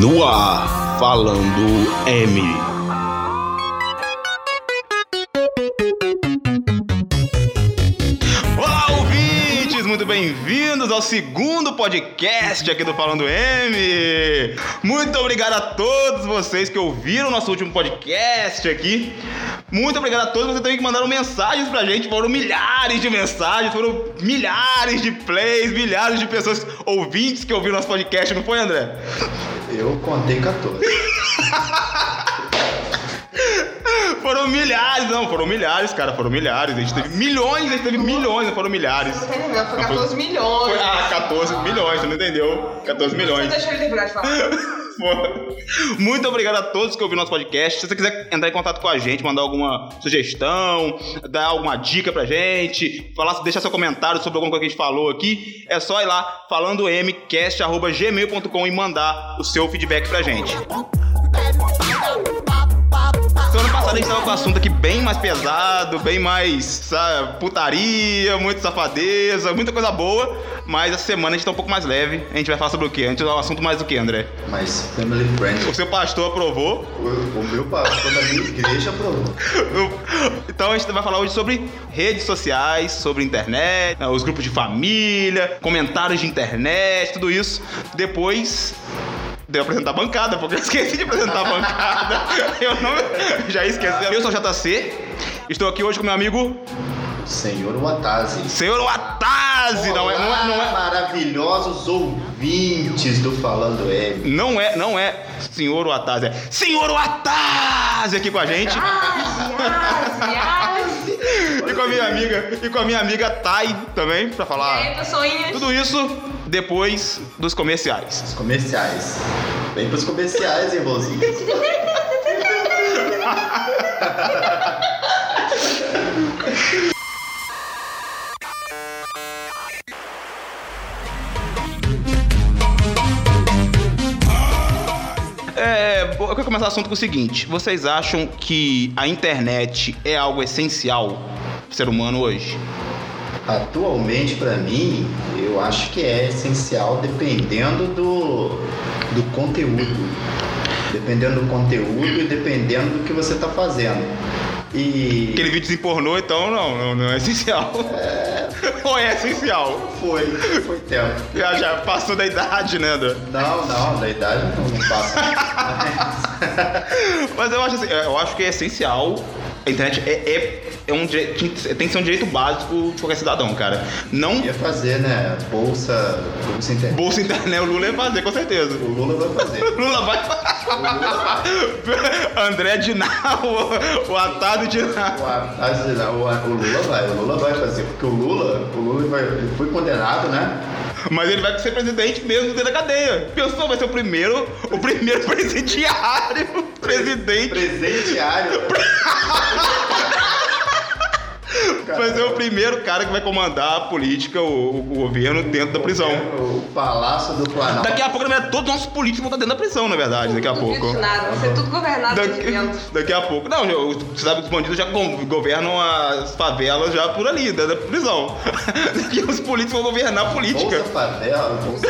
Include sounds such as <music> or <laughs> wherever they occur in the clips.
No ar, falando M. Olá, ouvintes! Muito bem-vindos ao segundo podcast aqui do Falando M. Muito obrigado a todos vocês que ouviram nosso último podcast aqui. Muito obrigado a todos vocês também que mandaram mensagens pra gente. Foram milhares de mensagens, foram milhares de plays, milhares de pessoas ouvintes que ouviram nosso podcast, não foi, André? Eu contei 14. Foram milhares, não, foram milhares, cara, foram milhares. A gente teve milhões, a gente teve milhões, não foram milhares. Não tá entendendo, Não, foi foi- 14 milhões. Foi, ah, 14 milhões, tu não entendeu? 14 milhões. Você deixou ele terminar de <laughs> falar. Foi. Muito obrigado a todos que ouviram nosso podcast. Se você quiser entrar em contato com a gente, mandar alguma sugestão, dar alguma dica pra gente, falar, deixar seu comentário sobre alguma coisa que a gente falou aqui, é só ir lá falando mcast.gmail.com e mandar o seu feedback pra gente. Semana passada a gente tava com um assunto aqui bem mais pesado, bem mais sabe, putaria, muito safadeza, muita coisa boa, mas essa semana a gente tá um pouco mais leve. A gente vai falar sobre o quê? A gente vai falar um assunto mais do que, André? Mas Family O Friend, seu pastor aprovou. <laughs> o, o meu pastor da minha igreja aprovou. Então a gente vai falar hoje sobre redes sociais, sobre internet, né, os grupos de família, comentários de internet, tudo isso. Depois. Deu apresentar a bancada, porque eu esqueci de apresentar a bancada. <laughs> Eu não. Já esqueci. Eu sou o JC. Estou aqui hoje com meu amigo Senhor Watazzi. Senhor Watase. Não é, não é, não Olá, é. Maravilhosos ouvintes do Falando M. Não é, não é Senhor Watase. É Senhor Watase aqui com a gente. Yes, yes, yes. E com a minha amiga, e com a minha amiga Thay também, pra E falar. aí, pessoinhas? Tudo isso depois dos comerciais. Os comerciais. Vem pros comerciais, irmãozinho. É, eu quero começar o assunto com o seguinte: vocês acham que a internet é algo essencial pro ser humano hoje? Atualmente, pra mim, eu acho que é essencial dependendo do, do conteúdo. Dependendo do conteúdo e dependendo do que você tá fazendo. E. Aquele vídeo em pornô, então não, não, não é essencial. <laughs> Ou é essencial? Foi, foi tempo. Já, já passou da idade, né, André? Não, não, da idade não, não passa. Mas eu acho, assim, eu acho que é essencial. A internet é, é, é um dire- tem que ser um direito básico de qualquer cidadão, cara. Não Ia fazer, né? Bolsa, bolsa internet. bolsa <laughs> internet, né? o Lula ia fazer, com certeza. O Lula vai fazer. Lula vai <laughs> André Dinal, <laughs> o, o Atado Dinal. O, a- as- o- o Lula vai, o Lula vai fazer, porque o Lula, o Lula vai, ele foi condenado, né? Mas ele vai ser presidente mesmo dentro da cadeia. Pensou, vai ser o primeiro, o primeiro <laughs> presidiário, presidente. <laughs> Presidiário. Vai ser o primeiro cara que vai comandar a política, o, o governo dentro da prisão. O Palácio do Planalto. Daqui a pouco, na verdade, todos os nossos políticos vão estar dentro da prisão, na verdade, daqui a Não duvido pouco. de nada, vai ser é tudo governado aqui Daqui, dentro. daqui a pouco. Não, eu- você sabe que os bandidos já go- governam as favelas já por ali, da, da prisão. <laughs> Daqui os políticos vão governar é a política. Bolsa Favela, Bolsa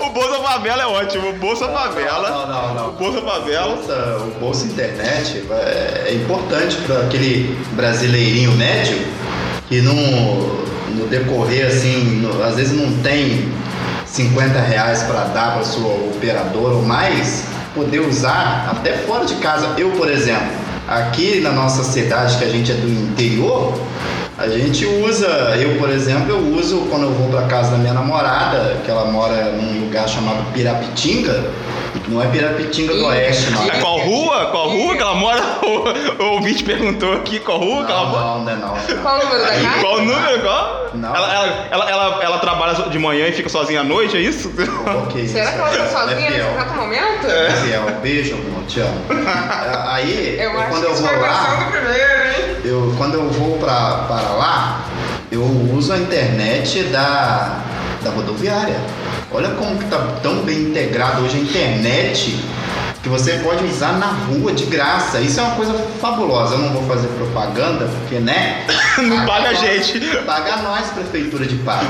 O Bolsa Favela é ótimo. O Bolsa Favela. Não, não, não. O Bolsa Favela. Bolsa, tá, o Bolsa Internet é, é importante para aquele brasileirinho médio que no, no decorrer, assim, no- às vezes não tem 50 reais para dar para sua operadora ou mais, poder usar até fora de casa. Eu, por exemplo, aqui na nossa cidade, que a gente é do interior, a gente usa, eu por exemplo, eu uso quando eu vou para casa da minha namorada, que ela mora num lugar chamado Pirapitinga, não é Pirapitinga do Ih, Oeste, não. que- É Qual rua? Qual rua que ela mora? <laughs> O, o ouvinte perguntou aqui qual rua que ela Não, mora. não, não, é não, não. Qual o número da Aí, casa? Qual o número? Qual? Não. Ela, ela, ela, ela, ela trabalha de manhã e fica sozinha à noite, é isso? <laughs> ok, Será que ela isso tá é- sozinha é nesse fiel. exato momento? É fiel. Beijo, amor, te <laughs> amo. Aí, Eu acho quando que eu isso vou foi lá, passando primeiro, hein? eu, quando eu vou pra, para lá, eu uso a internet da, da rodoviária. Olha como que tá tão bem integrado hoje a internet que você pode usar na rua de graça. Isso é uma coisa fabulosa. Eu não vou fazer propaganda, porque <coughs> né? Não paga a gente. Paga nós, prefeitura de Paga.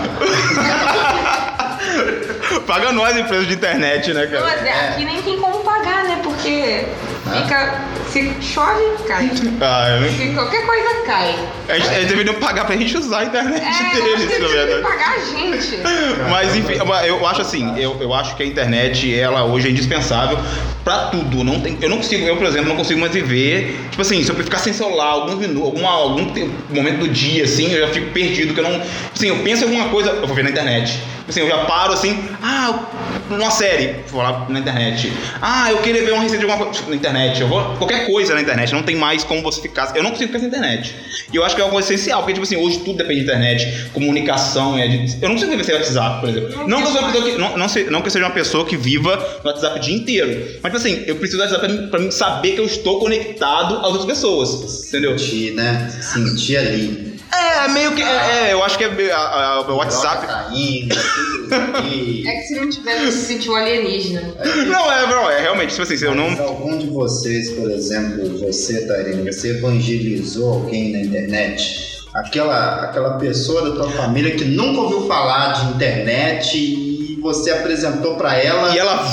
Paga nós, empresa de internet, né, Não, cara? mas é, aqui nem tem como pagar, né? Porque Ah. fica. Se chove, cai. Ah, eu não- Se qualquer coisa <laughs> cai. a gente, a gente deveria pagar pra gente usar a internet É, eu acho deles, que na eles têm que verdade. pagar a gente. Mas enfim, eu acho assim, eu, eu acho que a internet, ela hoje é indispensável pra tudo. Não tem, eu não consigo, eu, por exemplo, não consigo mais viver. Tipo assim, se eu ficar sem celular algum minuto, alguma, algum te- momento do dia, assim, eu já fico perdido, que eu não. Assim, eu penso em alguma coisa, eu vou ver na internet. Tipo Assim, eu já paro assim, ah, uma série, vou lá na internet. Ah, eu queria ver uma receita de alguma coisa tipo, na internet. Eu vou. Qualquer coisa na internet, não tem mais como você ficar. Eu não consigo ficar sem internet. E eu acho que é uma coisa essencial, porque, tipo assim, hoje tudo depende de internet, comunicação, é de- eu não consigo viver sem WhatsApp, por exemplo. Não, que eu sou uma pessoa que, não, não, se- não que eu seja uma pessoa que viva no WhatsApp o dia inteiro. Mas, tipo assim, eu preciso do WhatsApp pra, mim- pra mim saber que eu estou conectado às outras pessoas. Entendeu? Sentir, né? Sentir ali. É, meio que. É, é, eu acho que é meio- a- a- o Droga WhatsApp. tá <laughs> Caindo, tudo aqui. É que se não tivesse se sentiu alienígena. Não, é, não, é realmente, tipo assim, se eu não. Mas algum de vocês, por exemplo, você, Tarine, você evangelizou alguém na internet? Aquela, aquela pessoa da tua família que nunca ouviu falar de internet e você apresentou pra ela. E ela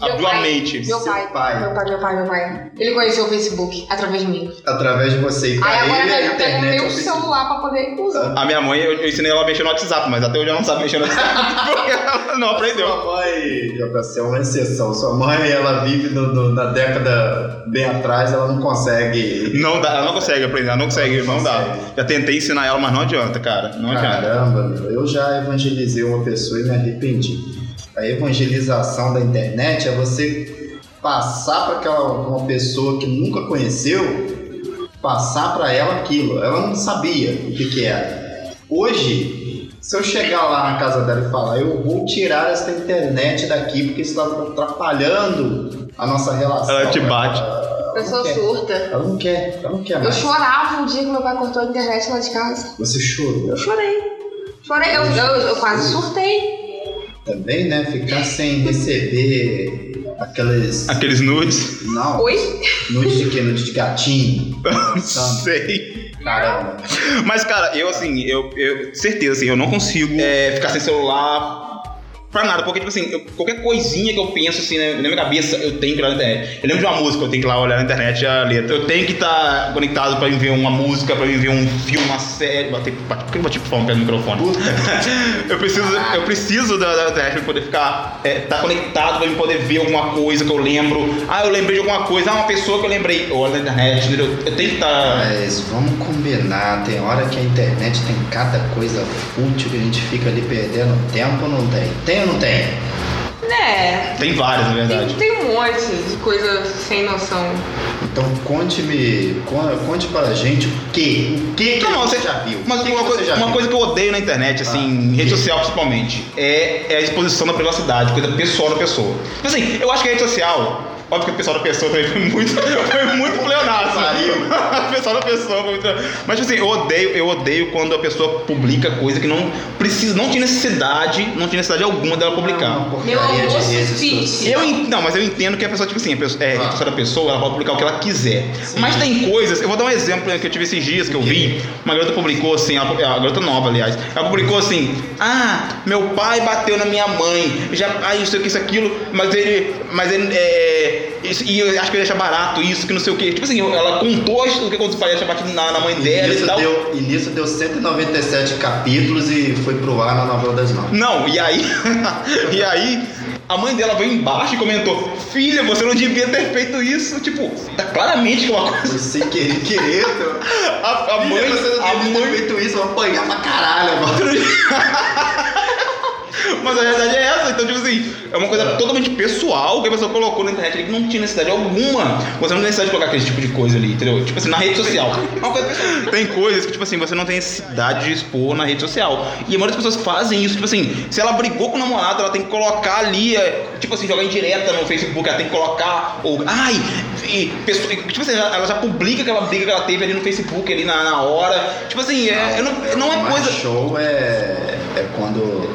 abriu a pai- mente. Meu Seu pai, pai. meu pai, meu pai, meu pai. Ele conheceu o Facebook através de mim. através de você. E pra Aí agora ele, a eu pego o internet é meu o Facebook. celular pra poder usar. A minha mãe, eu, eu ensinei ela a mexer no WhatsApp, mas até hoje ela não sabe mexer no WhatsApp <laughs> porque ela não aprendeu. Sua mãe, já pra ser uma exceção, sua mãe ela vive no- no- na década bem atrás, ela não consegue. Não dá, ela não consegue aprender, ela não consegue, não dá. Já tentei ensinar ela, mas não adianta, cara. Não adianta. Caramba, meu, eu já evangelizei uma pessoa e me arrependi. A evangelização da internet é você passar para aquela uma pessoa que nunca conheceu, passar para ela aquilo. Ela não sabia o que, que era. Hoje, se eu chegar lá na casa dela e falar, eu vou tirar essa internet daqui porque isso está atrapalhando a nossa relação. Ela te bate. Ela, Eu sou não quer. surda. Ela não quer, ela não quer Eu mais. chorava o dia que meu pai cortou a internet lá de casa. Você chorou. Eu chorei. Chorei, eu, eu, eu quase surtei. Também, né? Ficar sem receber aqueles. Aqueles nudes, Não, Oi? nude de quê? Nude de gatinho. não Sabe? sei. Caramba. Mas, cara, eu assim, eu, eu certeza, assim, eu não consigo é, ficar sem celular pra nada, porque, tipo assim, eu- qualquer coisinha que eu penso, assim, na, na minha cabeça, eu tenho que ir lá na internet. Eu lembro de uma música, eu tenho que ir lá olhar na internet a letra. Eu tenho que estar conectado pra mim ver uma música, pra mim ver um filme, uma série. Bater, bate, por que eu bati palma perto do microfone? <laughs> Puta. eu preciso, eu preciso da, da internet pra poder ficar, é, tá conectado, pra eu poder ver alguma coisa que eu lembro. Ah, eu lembrei de alguma coisa, ah, uma pessoa que eu lembrei. Eu olho na internet, entendeu? Eu tenho que tá, estar... Mas vamos combinar, tem hora que a internet tem cada coisa fútil que a gente fica ali perdendo tempo ou não tem? Tem ou não tem? Né? Tem várias, na verdade. Tem, tem um monte de coisa sem noção. Então conte-me, con- conte pra gente o que, o que que Não, não, você você- já viu. Mas O que uma, que coisa, você já uma viu? Ah. coisa que eu odeio na internet, assim, em rede social principalmente, é, é a exposição da privacidade, coisa pessoal da pessoa. Tipo Assim, eu acho que a rede social, óbvio que o pessoal da pessoa também foi muito, <laughs> foi muito pleonasso. Pariu. <laughs> o pessoal da pessoa foi muito. Mas tipo assim, eu odeio, eu odeio quando a pessoa publica coisa que não precisa, não tinha necessidade, não tinha necessidade alguma dela publicar. Uma porcaria de almoço redes fit. sociais. Eu, en- não, mas eu entendo que a pessoa, tipo assim, a pessoa, é, a Ah. pessoa da pessoa, ela pode publicar o que ela quiser. Mas tem coisas, eu vou dar um exemplo que eu tive esses dias que eu vi. Uma garota publicou assim, ela, a garota nova, aliás, ela publicou assim: Ah, meu pai bateu na minha mãe, já, ah, isso, aqui, isso, aquilo, mas ele, mas ele, é, isso, e eu acho que ele acha barato isso, que não sei o quê. Tipo assim, ela contou o que aconteceu, ela tinha batido na, na mãe E dela e nisso, tal. deu, e nisso deu 197 capítulos e foi pro ar na novela das nove. Não, e aí. <laughs> e aí. A mãe dela veio embaixo e comentou: Filha, você não devia ter feito isso. Tipo, tá claramente que é uma coisa. Foi sem querer, querer. meu. <laughs> A, a mãe. Filha, você não A devia ter mãe. feito isso, eu vou apanhar pra caralho agora. Mas a realidade é essa. Então, tipo assim, é uma coisa totalmente pessoal que a pessoa colocou na internet ali que não tinha necessidade alguma. Você não tem necessidade de colocar aquele tipo de coisa ali, entendeu? Tipo assim, na rede social. É uma coisa pessoal. Tem coisas que, tipo assim, você não tem necessidade de expor na rede social. E a maioria das pessoas fazem isso. Tipo assim, se ela brigou com o namorado, ela tem que colocar ali, é, tipo assim, jogar em direta no Facebook, ela tem que colocar. Ou, ai, e, pessoa, e, tipo assim, ela ela já publica aquela briga que ela teve ali no Facebook, ali na, na é, hora. Tipo assim, é, eu não, não é Mas coisa. Show é, é quando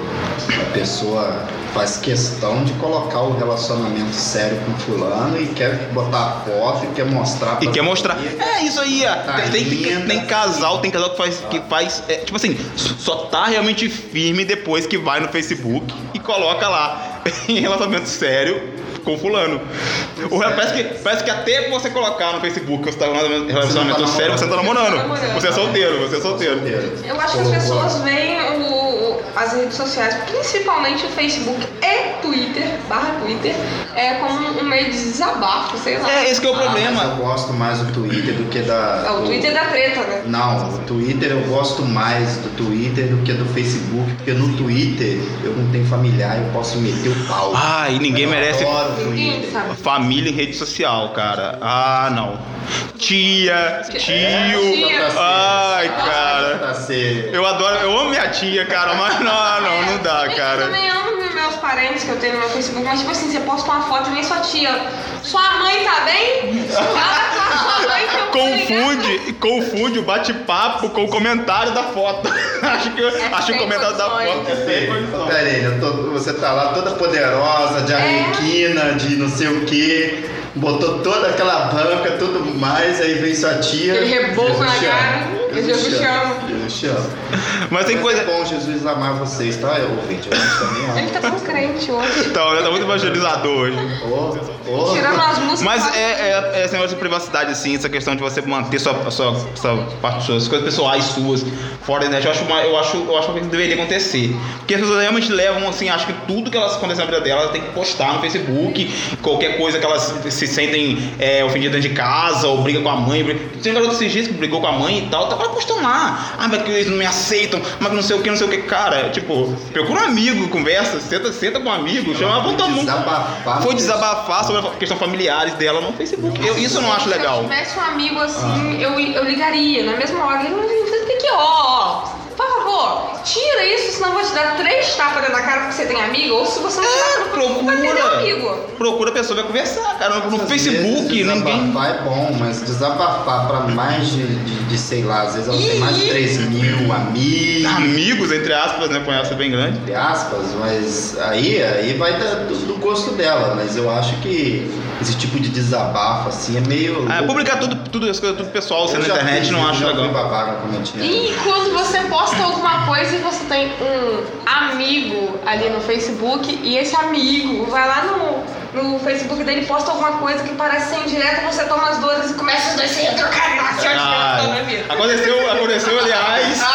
pessoa faz questão de colocar o relacionamento sério com fulano e quer botar foto, quer mostrar E pra quer mostrar. família. É isso aí, ó. Tá tem, tem- tem- linda. tem casal, tem casal que faz. Que faz é, tipo assim, só tá realmente firme depois que vai no Facebook e coloca lá <laughs> em relacionamento sério com fulano. Ou é, parece, que, parece que até você colocar no Facebook que você tá em relacionamento- relacionamento namorando. sério, você não tá namorando. Você tá namorando. Você é solteiro, você é solteiro. Eu acho que as Colocou. pessoas veem o- o- as redes sociais, principalmente o Facebook e Twitter, barra Twitter, é como um meio de desabafo, sei lá. É, esse que é o Mas problema. eu gosto mais do Twitter do que da. Ah, o do- Twitter é da treta, né? Não, o Twitter eu gosto mais do Twitter do que do Facebook, porque no Twitter eu não tenho familiar, eu posso meter o pau. Ai, Ah, ninguém eu merece Adoro o Ninguém Twitter. sabe. Família em rede social, cara. Ah, não. Tia, tio. Tia. Ai, cara. Pra ser. Eu adoro, eu amo minha tia, cara, mas não, ah, não, não dá, Eu cara. também é amo meus parentes que eu tenho no meu Facebook, mas tipo assim, você posta uma foto e nem sua tia. Sua mãe tá bem? Fala com a sua mãe que eu vou ligar. Confunde, confunde o bate-papo com o comentário da foto. <laughs> acho que, acho que o sem comentário da condições. foto é sem condição. Pera aí, eu tô- você tá lá toda poderosa, É. de arlequina, de não sei o que, botou toda aquela banca, tudo mais, aí vem sua tia. Aquele reboco na cara. Jesus te ama. Jesus te ama. Mas tem Mas coisa. É bom Jesus amar vocês, tá? Eu ouvinte, a gente também ama. Ele tá tão crente hoje. Então, né, tá muito evangelizador hoje. Ô, ô. Tirando as músicas. Mas é, é, é esse negócio de privacidade, assim, essa questão de você manter sua, sua, sua parte, suas coisas pessoais suas fora da internet, eu acho, uma, eu acho, eu acho uma coisa que deveria acontecer. Porque as pessoas realmente levam, assim, acho que tudo que elas acontece na vida delas, elas têm que postar no Facebook, qualquer coisa que elas se sentem é, ofendidas dentro de casa, ou briga com a mãe. Briga... Tem um garoto esses dias que brigou com a mãe e tal, tá ela postando lá. Ah, mas que eles não me aceitam, mas que não sei o que, não sei o que. Cara, tipo, procura um amigo, conversa, senta, senta com um amigo, chama, bota a mão. Desabafar. Foi desabafar sobre a questão familiares dela no Facebook. Eu- isso eu não acho Se eu legal. tivesse um amigo assim, eu, eu ligaria na mesma hora. Ele não você tem que, ó, ó, por favor, tira isso, senão eu vou te dar três tapas dentro da cara porque você tem amigo. Ou se você não tirar, É, eu vou- vai perder um procura. amigo. Procura a pessoa, vai conversar, cara. No, no Às Facebook, ninguém. vezes Desabafar é bom, mas desabafar pra mais de, de, de, sei lá, às vezes ela tem mais de Ih. 3 mil amigos. Amigos, entre aspas, né? Conhece bem grande. entre aspas, mas aí, aí vai da- do, do gosto dela, mas eu acho que esse tipo de desabafo assim é meio. Ah, publicar tudo, tudo, as coisas, tudo pessoal, assim, na internet, não acho legal. legal. babaca como eu tinha. E quando você posta alguma coisa e você tem um amigo ali no Facebook, e esse amigo vai lá no, no Facebook dele e posta alguma coisa que parece ser indireta, você toma as duas e começa os dois sem trocar nada, se Ah, aconteceu, aconteceu, aliás, <laughs>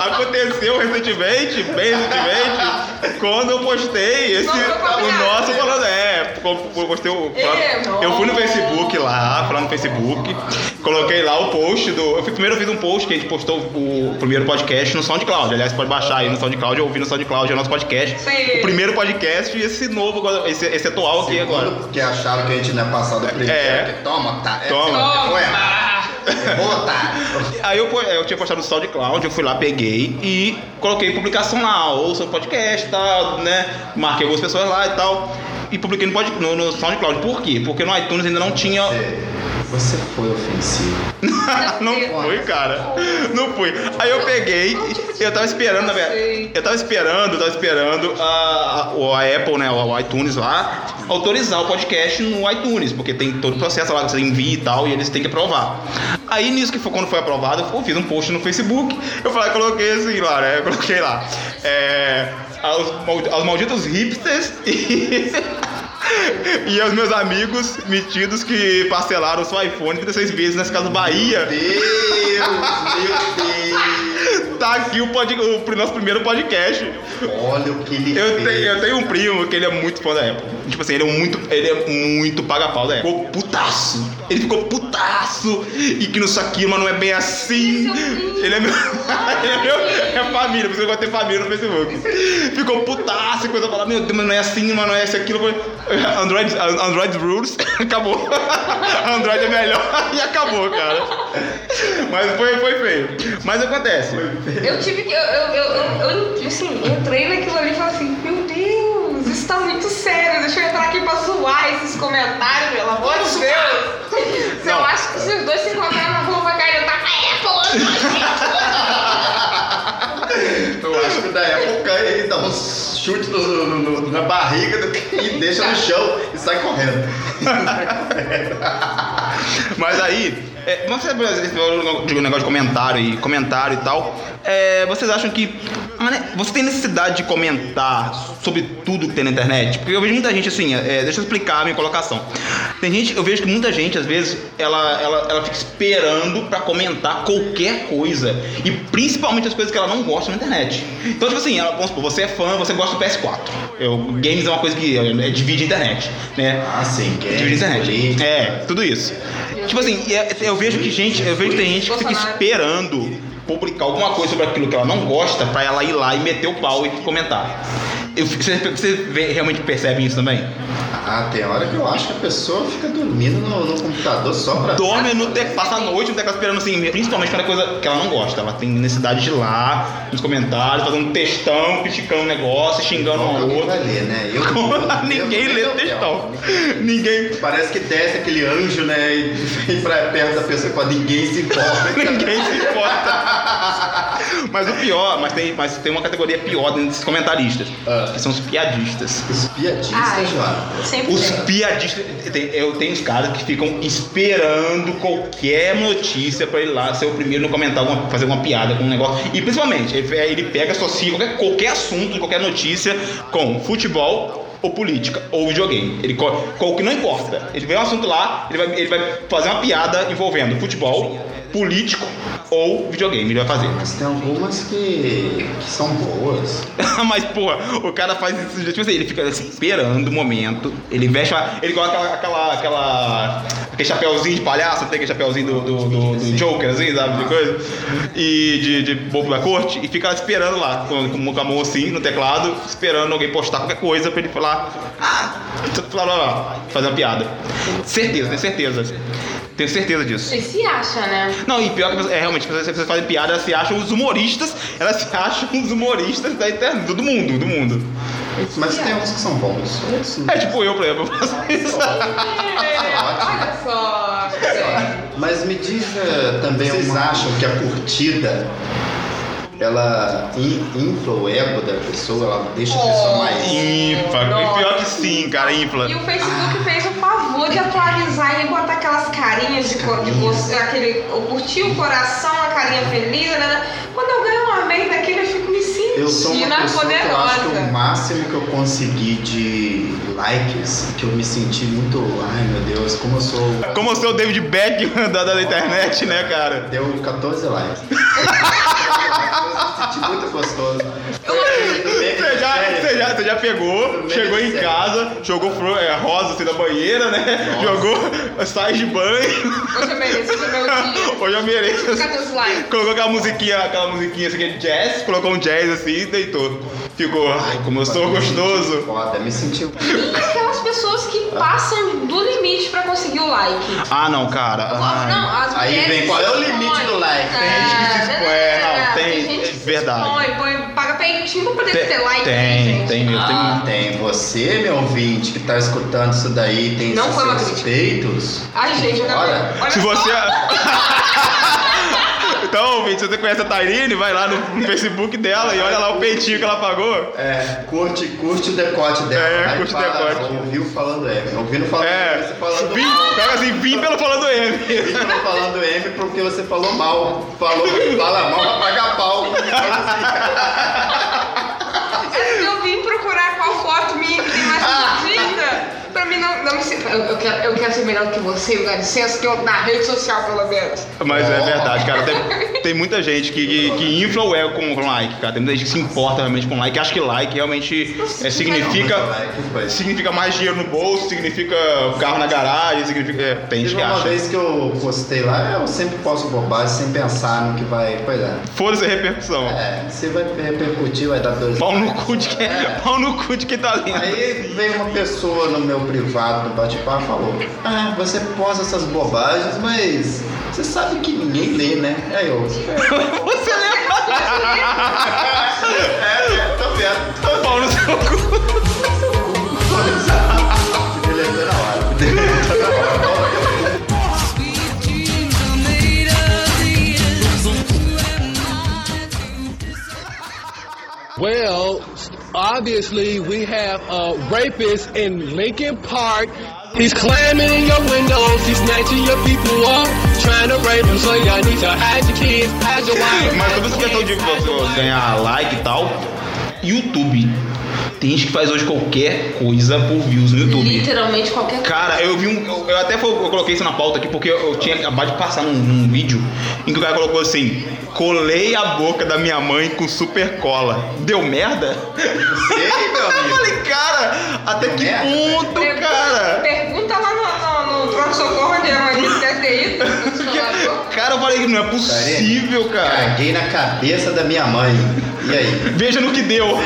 aconteceu recentemente, bem recentemente, quando eu postei esse, Não foi combinado, o nosso né? falando, é, eu postei o, Eu- eu fui no Facebook lá, falar no Facebook, coloquei lá o post do, eu fui- primeiro eu fiz um post que a gente postou o primeiro podcast no SoundCloud, aliás, pode baixar aí no SoundCloud, ouvir no SoundCloud, é o nosso podcast, Sim. o primeiro podcast e esse novo, agora, esse, esse atual aqui agora. Porque acharam que a gente não é passado primeiro. É. que Toma, tá. É, Toma. Foi, <laughs> Errou, tá. Aí eu, po- eu tinha postado no SoundCloud, eu fui lá, peguei e coloquei publicação lá, ouça o podcast e tal, né? Marquei algumas pessoas lá e tal. E publiquei no, pod- no, no SoundCloud. Por quê? Porque no iTunes ainda não tinha. Você, É, você foi ofensivo. não Deus. fui, cara. Não fui. Aí eu peguei, eu tava esperando, na verdade. Sei. Eu tava esperando, eu tava esperando a, a, a Apple, né? O iTunes lá, autorizar o podcast no iTunes, porque tem todo o processo lá que você envia e tal, e eles têm que aprovar. Aí nisso que foi quando foi aprovado, eu fiz um post no Facebook, eu falei, coloquei assim lá, né? Eu coloquei lá. É, aos, mal- aos malditos hipsters <laughs> e. E aos meus amigos metidos que parcelaram seu iPhone 36 vezes nessa casa Bahia. Deus, meu <laughs> Tá aqui o, pod, o pr- nosso primeiro podcast. Deus. Olha o que ele Eu fez. tenho, eu tenho um primo que ele é muito fã da Apple. Tipo assim, ele é muito, ele é muito paga-pau da Apple. Ficou putaço. Ele ficou putaço. E que não sei aquilo, mas não é bem assim. Esse é o primo. Ele é meu. <laughs> ele é meu. É família, porque eu gosto de ter família no Facebook. Ficou putaço e coisa falar, meu Deus, mas não é assim, mas não é isso, aquilo. <laughs> Android, Android rules, <laughs> acabou. Android é melhor <laughs> e acabou, cara. Mas foi, foi feio. Mas acontece. Eu tive que. Eu, eu, eu, eu, eu, assim, entrei naquilo ali e falei assim: Meu Deus, isso tá muito sério. Deixa eu entrar aqui pra zoar esses comentários, pelo amor de Deus. Se eu Não. acho que se os dois se encontrarem na rua, vai cair, eu tava. É, pô, elástico da época e dá um chute no- no- no- na barriga do- e deixa no chão e sai correndo. Mas aí, é, mas você você falou de um negócio de comentário e comentário e tal. É, vocês acham que mas, né, você tem necessidade de comentar sobre tudo que tem na internet? Porque eu vejo muita gente assim, é, deixa eu explicar a minha colocação. Tem gente, eu vejo que muita gente, às vezes, ela, ela, ela fica esperando pra comentar qualquer coisa. E principalmente as coisas que ela não gosta na internet. Então, tipo assim, ela, vamos supor, você é fã, você gosta do PS4. Eu, games é uma coisa que é, divide a internet, né? Ah, sim, que Divide a internet. política. É, tudo isso. Tipo assim, e é- eu vejo que gente, eu vejo que tem gente que fica Bolsonaro. esperando publicar alguma coisa sobre aquilo que ela não gosta pra ela ir lá e meter o pau e comentar. Eu, você você vê- realmente percebe isso também? Ah, tem hora que eu acho que a pessoa fica dormindo no, no computador só pra. Dorme no teclado, passa a noite no teclado esperando assim, principalmente quando é coisa que ela não gosta. Ela tem necessidade de ir lá, nos comentários, fazendo um textão, criticando o negócio, xingando um ao Ninguém outro. <laughs> vai ler, né? Eu, eu- Ninguém eu- lê eu- textão. Ninguém. né? Parece que desce aquele anjo, né? E <laughs> vem pra perto da pessoa e fala, ninguém se importa. <laughs> Ninguém se importa. Mas o pior, mas tem, mas tem uma categoria pior dentro desses comentaristas, Ah. que são os piadistas. Os piadistas, Ai. Jonathan. Sempre Os tem. piadistas, tem- eu tenho os caras que ficam esperando qualquer notícia pra ele lá ser o primeiro no comentar, alguma- fazer uma piada com um negócio. E principalmente, ele, ele pega, associa qualquer, qualquer assunto, qualquer notícia com futebol ou política ou videogame. Ele co- qual que não importa. Ele vê um assunto lá, ele vai, ele vai fazer uma piada envolvendo futebol, político ou videogame. Ele vai fazer. Mas tem algumas que, que são boas. <laughs> Mas, porra, o cara faz isso. Tipo assim, ele fica assim, esperando o momento. Ele veste. a- Ele coloca aquela. aquela, aquela- aquele chapéuzinho de palhaço, tem aquele chapéuzinho do, do, do- do Joker, assim, sabe? De coisa. E de, de bobo da corte. E fica esperando lá, com, com a mão assim no teclado, esperando alguém postar qualquer coisa pra ele falar. Ah! Blá, blá, blá, fazer uma piada. Certeza, tenho certeza. Tenho certeza disso. Ele se acha, né? Não, e pior que é realmente, as pessoas, as pessoas fazem piada, elas se acham os humoristas, elas se acham os humoristas da internet, do mundo, do mundo. Mas tem alguns que são bons. Outros não. É tipo eu, por exemplo, eu faço isso. <laughs> Olha só. gente. Mas me diz eh, também, vocês acham que a curtida ela in- infla o ego da pessoa, ela deixa a pessoa Oh. mais. Infla, Nossa. pior que sim, cara, infla. E o Facebook fez o favor de atualizar e botar aquelas carinhas de, co- de cor- aquele. Eu curti o coração, a carinha feliz, né? Quando eu ganho uma vez daquele, eu fico me Eu sou sentindo uma a pessoa que eu acho que o poderosa. máximo que eu consegui de likes, que eu me senti muito, ai meu Deus, <laughs> como eu sou. Como eu sou o David Beckham <laughs> da, da internet, né, cara? Deu 14 <laughs> likes. eu me senti muito gostoso. Você já, você já, você já pegou, chegou em casa, jogou flor, é, rosa assim da banheira, né? Nossa. Jogou, <laughs> sai de banho. Hoje eu mereço é o meu dia. Hoje eu mereço. Cadê os likes? Colocou aquela musiquinha, aquela musiquinha assim, aquele jazz, colocou um jazz assim e deitou. Ficou, ai, como eu sou Me senti gostoso. Foda, me senti. E aquelas pessoas que passam do limite pra conseguir o like. Ah, não, cara. ai. Não, as Aí mulheres Ah, né, vem, qual é o se limite expõem. do like? Tem gente que se expõe, é, não, tem- gente que se verdade. expõe, põe, paga peitinho pra poder Tem, ter like. né, tem, gente? tem mesmo. Tem Ah, tem você, meu ouvinte, que tá escutando isso daí, tem Não esses foi uma seus crítica. peitos. Ai, gente, eu não Olha, olha Se só. você. <laughs> então, ouvinte, se você conhece a Tairine, vai lá no Facebook dela e olha lá o peitinho que ela pagou. É, curte, curte o decote dela. É, Aí curte o fala, decote. Ouviu falando M, ouvindo falando É. M, você falando <laughs> Vim, pega assim, vim pelo falando M. <laughs> Ele tá falando M porque você falou mal. Falou, fala mal pra pagar pau. Se eu vim procurar qual foto minha que tem mais Ah. curtida, pra mim não, não me se- eu, eu quero, eu quero ser melhor do que você, eu dá licença, que eu na rede social pelo menos. Mas é Ó. verdade, cara. Tem, tem muita gente que, que, que infla o ego com com like, cara. Tem muita gente que se importa realmente com like. Acha que like realmente é, significa. Significa mais dinheiro no bolso, significa carro na garagem, significa. É, tem gente Teve que uma acha. vez que eu postei lá, eu sempre posto bobagem sem pensar no que vai. Pois é. Foda-se a repercussão. É, você vai repercutir, vai dar dois. Pau no cu de quem. Pau no cu de quem tá lendo. É. Aí veio uma pessoa no meu privado, no bate-papo, e falou: Ah, você posta essas bobagens, mas você sabe que ninguém lê, né? Aí eu. Você lembra? É, tô vendo, tô Pau no seu cu. deletando tá na hora. Well, obviously we have a rapist in Lincoln Park. He's climbing in your windows, he's snatching your people up, trying to rape them, so y'all need to hide your kids, hide your <laughs> wives. Mas sobre essa questão de você ganhar like e tal, YouTube. Tem gente que faz hoje qualquer coisa por views no YouTube. Literalmente qualquer coisa. Cara, eu vi um. Eu, eu até foi- eu coloquei isso na pauta aqui porque eu tinha acabado de passar num, num vídeo em que o cara colocou assim: colei a boca da minha mãe com super cola. Deu merda? Sei, meu eu amigo. é? falei, cara, até que merda, ponto, Pergunta- cara? Pergunta lá no, no, no pronto-socorro onde a mãe disse que deve <laughs> ter ido. no consultório. Cara, eu falei que não é possível, cara. Caguei na cabeça da minha mãe. E aí? Veja no que deu. <laughs>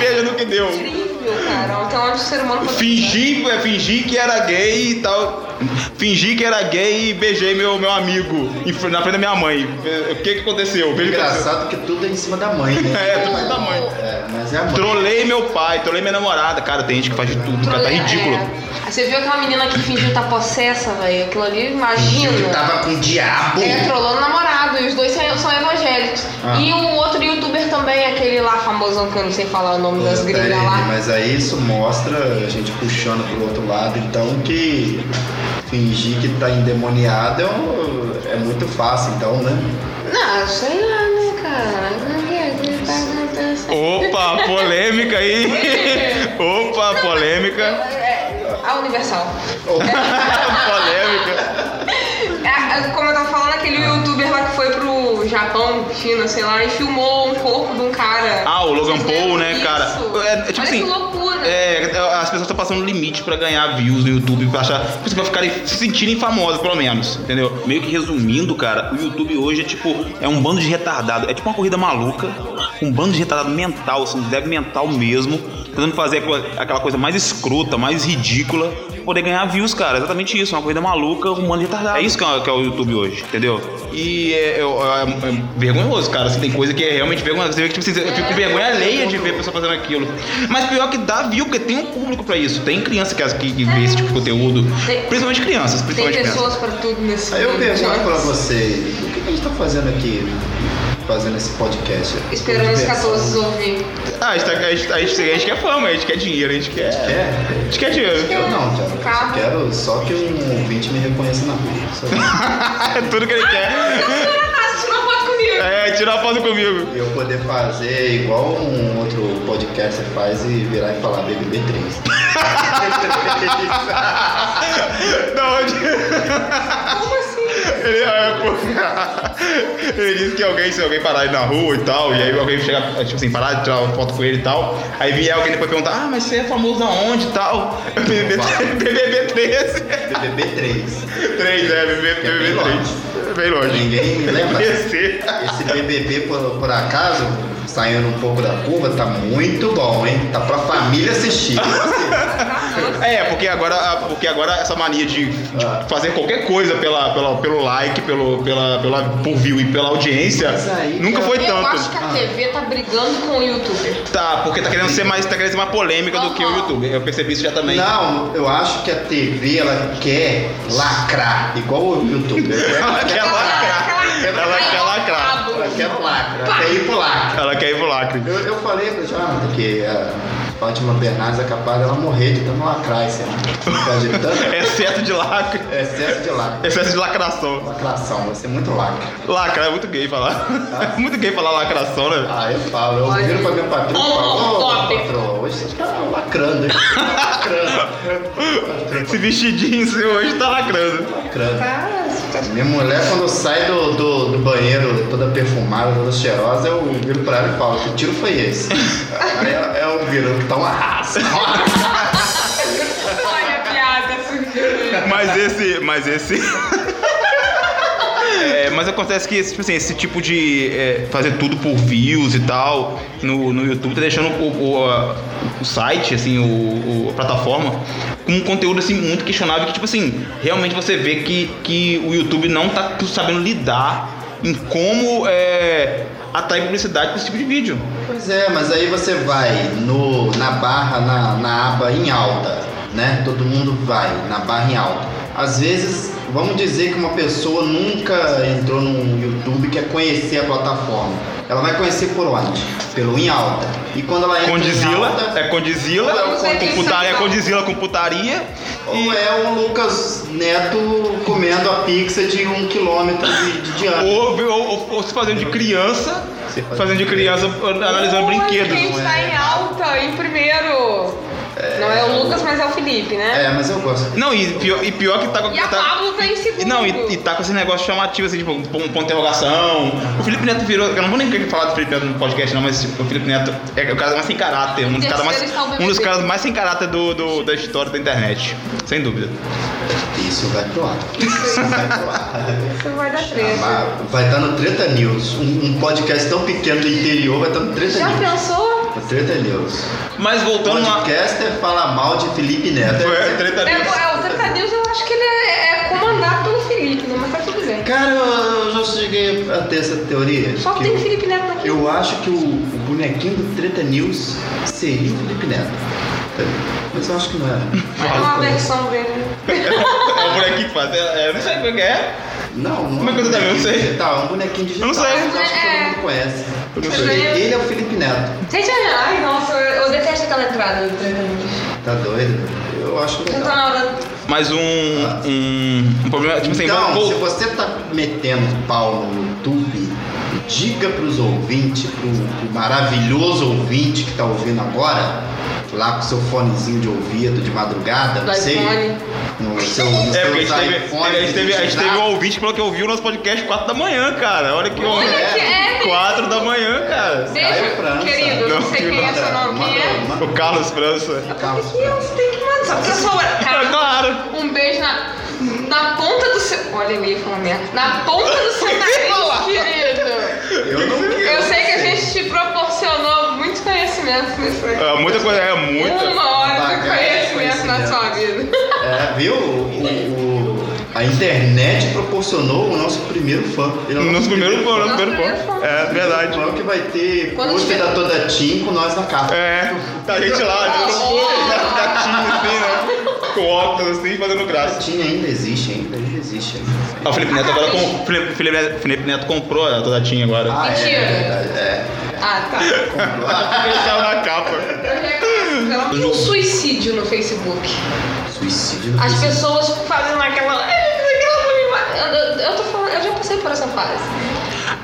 Veja no que deu. é Incrível, cara. Até onde o ser humano pode Fingi, é, fingi que era gay e tal. Fingi que era gay e beijei meu, meu amigo em fr- na frente da minha mãe. É, O que, que aconteceu? Veja o que aconteceu. Engraçado que tudo é em cima da mãe, né? É, tudo da mãe. É, mas é a mãe. Trolei meu pai, trolei minha namorada. Cara, tem gente que faz de tudo, cara, tá Trollar, ridículo. né? é. Aí Você viu aquela menina que fingiu estar possessa, velho? Aquilo ali, imagina. Eu tá tava com o diabo. É, trollou o namorado, e os dois são, são evangélicos. Ah. E um outro youtuber também, aquele lá famosão que eu não sei falar o nome das Peraí, gringas lá. Mas aí isso mostra a gente puxando pro outro lado, então que fingir que tá endemoniado é, um- é muito fácil, então, né? Não, sei lá, né, cara? Opa, polêmica aí. Opa, polêmica. <laughs> É, A Universal. polêmica. É, é, como eu tava falando, aquele youtuber lá que foi pro Japão, China, sei lá, e filmou um corpo de um cara. Ah, o Logan Vocês lembram Paul, né, disso? cara? É, é tipo Olha assim, que loucura. É, as pessoas estão passando limite pra ganhar views no YouTube, pra achar, tipo assim, pra ficarem se sentirem famosas, pelo menos, entendeu? Meio que resumindo, cara, o YouTube hoje é tipo, é um bando de retardado, é tipo uma corrida maluca, um bando de retardado mental, assim, deve mental mesmo, tentando fazer aquela- aquela coisa mais escrota, mais ridícula, pra poder ganhar views, cara, exatamente isso, é uma corrida maluca, um bando de retardado. É isso que é, que é o YouTube hoje, entendeu? E é, é- é- é vergonhoso, cara, assim, tem coisa que é realmente vergonhosa, você vê que, tipo, assim, eu fico com vergonha alheia de ver a pessoa fazendo aquilo. Mas pior que dá view, porque tem um público pra isso. Tem criança que, que, que vê esse tipo de conteúdo. Tem- principalmente crianças, Tem principalmente crianças. pessoas pra tudo nesse Aí eu mundo, pergunto gente. pra vocês, o que a gente tá fazendo aqui, fazendo esse podcast? Esperando os 14 ouvirem. Ah, a gente, tá- a, gente, a, gente, a gente quer fama, a gente quer dinheiro, a gente quer. A É, gente quer dinheiro. eu não, cara. Eu Calma. quero só que um ouvinte me reconheça na rua. só <laughs> <laughs> isso. é tudo que ele quer. Você tirou foto comigo. É, tirar foto comigo. E eu poder fazer igual um outro podcaster faz e virar e falar BBB3. Da onde? Como assim? Ele, é, ah, pô, <laughs> ele disse que alguém, se alguém parar ele na rua e tal, e aí alguém chegar, tipo assim, parar de tirar uma foto com ele e tal, aí vier alguém depois perguntar, ah, mas você é famoso da onde e <laughs> tal? BBB, BBB 13. BBB3. 3, é, BBB, É bem BBB 3. Bem longe. Ninguém lembra. PC. Esse BBB, por, por acaso, saindo um pouco da curva, tá muito bom, hein? Tá pra família assistir. É, porque agora, porque agora essa mania de, de Ah. fazer qualquer coisa pela, pela, pelo like, pelo, pela, pela, por view e pela audiência, Mas aí, nunca cara, foi Eu tanto. acho que a TV tá brigando com o youtuber. Tá, porque tá querendo ser mais, tá querendo ser mais polêmica do que o Aham. YouTube. Eu percebi isso já também. Não, eu acho que a TV, ela quer lacrar, igual o YouTube. Ela Ela quer É lacrar. Ela é um quer lacrar. quer, ela quer lacrar, ela quer ir pro lacre. Ela quer ir pro lacre. Eu, eu falei pro Jonathan que a Fátima Bernardes é capaz dela morrer de tanto lacrar esse ano. Por causa de tanto Excesso de lacre. excesso de lacre. Excesso de lacração. Lacração, vai ser muito lacre. Lacra, é muito gay falar. <laughs> É muito gay falar lacração, né? Ah, eu falo, eu viro pra minha patroa e falo, ô Top. patroa, hoje você tá lacrando, hein? lacrando. Esse vestidinho seu hoje tá lacrando. lacrando. Cara, você tá- Minha mulher, quando sai do, do, do banheiro toda perfumada, toda cheirosa, eu viro pra ela e falo, que tiro foi esse? <laughs> Aí ela- ela vira, que tá uma raça. Olha a piada surgiu. Mas esse. Mas esse. <laughs> É, mas acontece que esse tipo, assim, esse tipo de é, fazer tudo por views e tal no, no YouTube tá deixando o, o, a- o site, assim, o, o- a plataforma, com um conteúdo assim muito questionável que, tipo assim, realmente você vê que, que o YouTube não tá sabendo lidar em como é, atrair publicidade pra esse tipo de vídeo. Pois é, mas aí você vai no, na barra, na, na aba em alta, né? Todo mundo vai na barra em alta. às vezes, vamos dizer que uma pessoa nunca entrou no YouTube e quer conhecer a plataforma. Ela vai conhecer por onde? Pelo em alta. E quando ela entra em Condizila, alta, é condizila, Ou é um com putaria, é condizila com putaria. ou é o Lucas Neto comendo a pizza de um quilômetro de, de diâmetro. Ou, ou- ou- ou se fazendo de criança, Se fazendo fazendo de criança, Tá analisando Ou é Quem brinquedos. está em alta em primeiro. Não é o Lucas, mas é o Felipe, né? É, mas eu gosto. Não, e pior, e pior que tá com. E a tá- Pablo tá em segundo. E Não, e, e tá com esse negócio chamativo, assim, tipo, um ponto de interrogação. O Felipe Neto virou. Eu não vou nem falar do Felipe Neto no podcast, não, mas tipo, o Felipe Neto é o cara mais sem caráter. Um dos, Terceiro caras mais, está o BBB. um dos caras mais sem caráter do, do- da história da internet. Sem dúvida. Isso vai pro ar. Isso vai pro ar. Isso vai dar treta. Ah, Vai estar no Treta News. Um, um podcast tão pequeno do interior vai estar no Treta Já News. pensou? No Treta News. Mas Então, voltando lá. Podcaster fala mal de Felipe Neto. Foi a treta É, ali. é, o Treta News eu acho que ele é, é comandado pelo Felipe, né? Mas tá tudo bem. Cara, eu eu já cheguei a ter essa teoria. Só que que tem eu, Felipe Neto aqui. eu acho que o, o bonequinho do Treta News seria o Felipe Neto. Mas eu acho que não É uma era. versão dele. É o bonequinho que faz. É, é, não sei como é que é. Não, não. Como é que eu também? Eu não sei. Digital, é um bonequinho digital. Eu não sei. Eu acho que todo mundo conhece. Eu não É. sei. Ele é o Felipe Neto. Gente, ai, ai, nossa, eu eu detesto aquela entrada do Treta News. Tá doido? Eu acho Já legal. tá na hora. Mas um. Um, um problema. Tipo assim, Então, vamos- se você tá metendo pau no YouTube, diga pros ouvintes, pro, pro maravilhoso ouvinte que tá ouvindo agora, lá com seu fonezinho de ouvido de madrugada, Do não sei. iPhone. No seu, no É, seu porque a gente teve, iPhone, a gente teve, a gente teve um ouvinte que falou que ouviu o nosso podcast 4 da manhã, cara. Olha que Olha homem. que é. 4 da manhã, cara. Deixa, França. querido, não, Não, sei que quem é nada. seu nome, quem é? Manda- O Carlos França. Carlos Que eu tenho que mandar. Sabe que eu sou É cara, <laughs> claro. Um beijo na, na ponta do seu. Olha, eu ia falar merda. Na ponta do seu nariz, querido. Eu não Eu sei que a gente te proporcionou muitos conhecimentos nisso aqui. É, muita coisa, é muita. Uma hora de Bagagem, conhecimento na sua vida. É, viu? O- o- a internet proporcionou o nosso primeiro fã. Ele é o Nosso primeiro fã, nosso Nosso primeiro primeiro fã. fã. É verdade. Fã que vai ter Quando post tiver- da Toda Team com nós na capa. É, tá a gente lá, a gente Oh. um gatinho assim, né? Com óculos assim, fazendo graça. Tinha ainda existe, ainda, ainda existe. Ainda. Ah, o Felipe Neto agora com, o Felipe, Felipe Neto- Felipe Neto comprou a toda tinha agora. Ah, é, Mentira. é verdade, é. Ah, tá. Fechado na capa. Eu reconheço ela. E o um suicídio no Facebook? Suicídio no As Facebook. pessoas fazendo aquela. Eu, eu, eu tô falando, eu já passei por essa fase.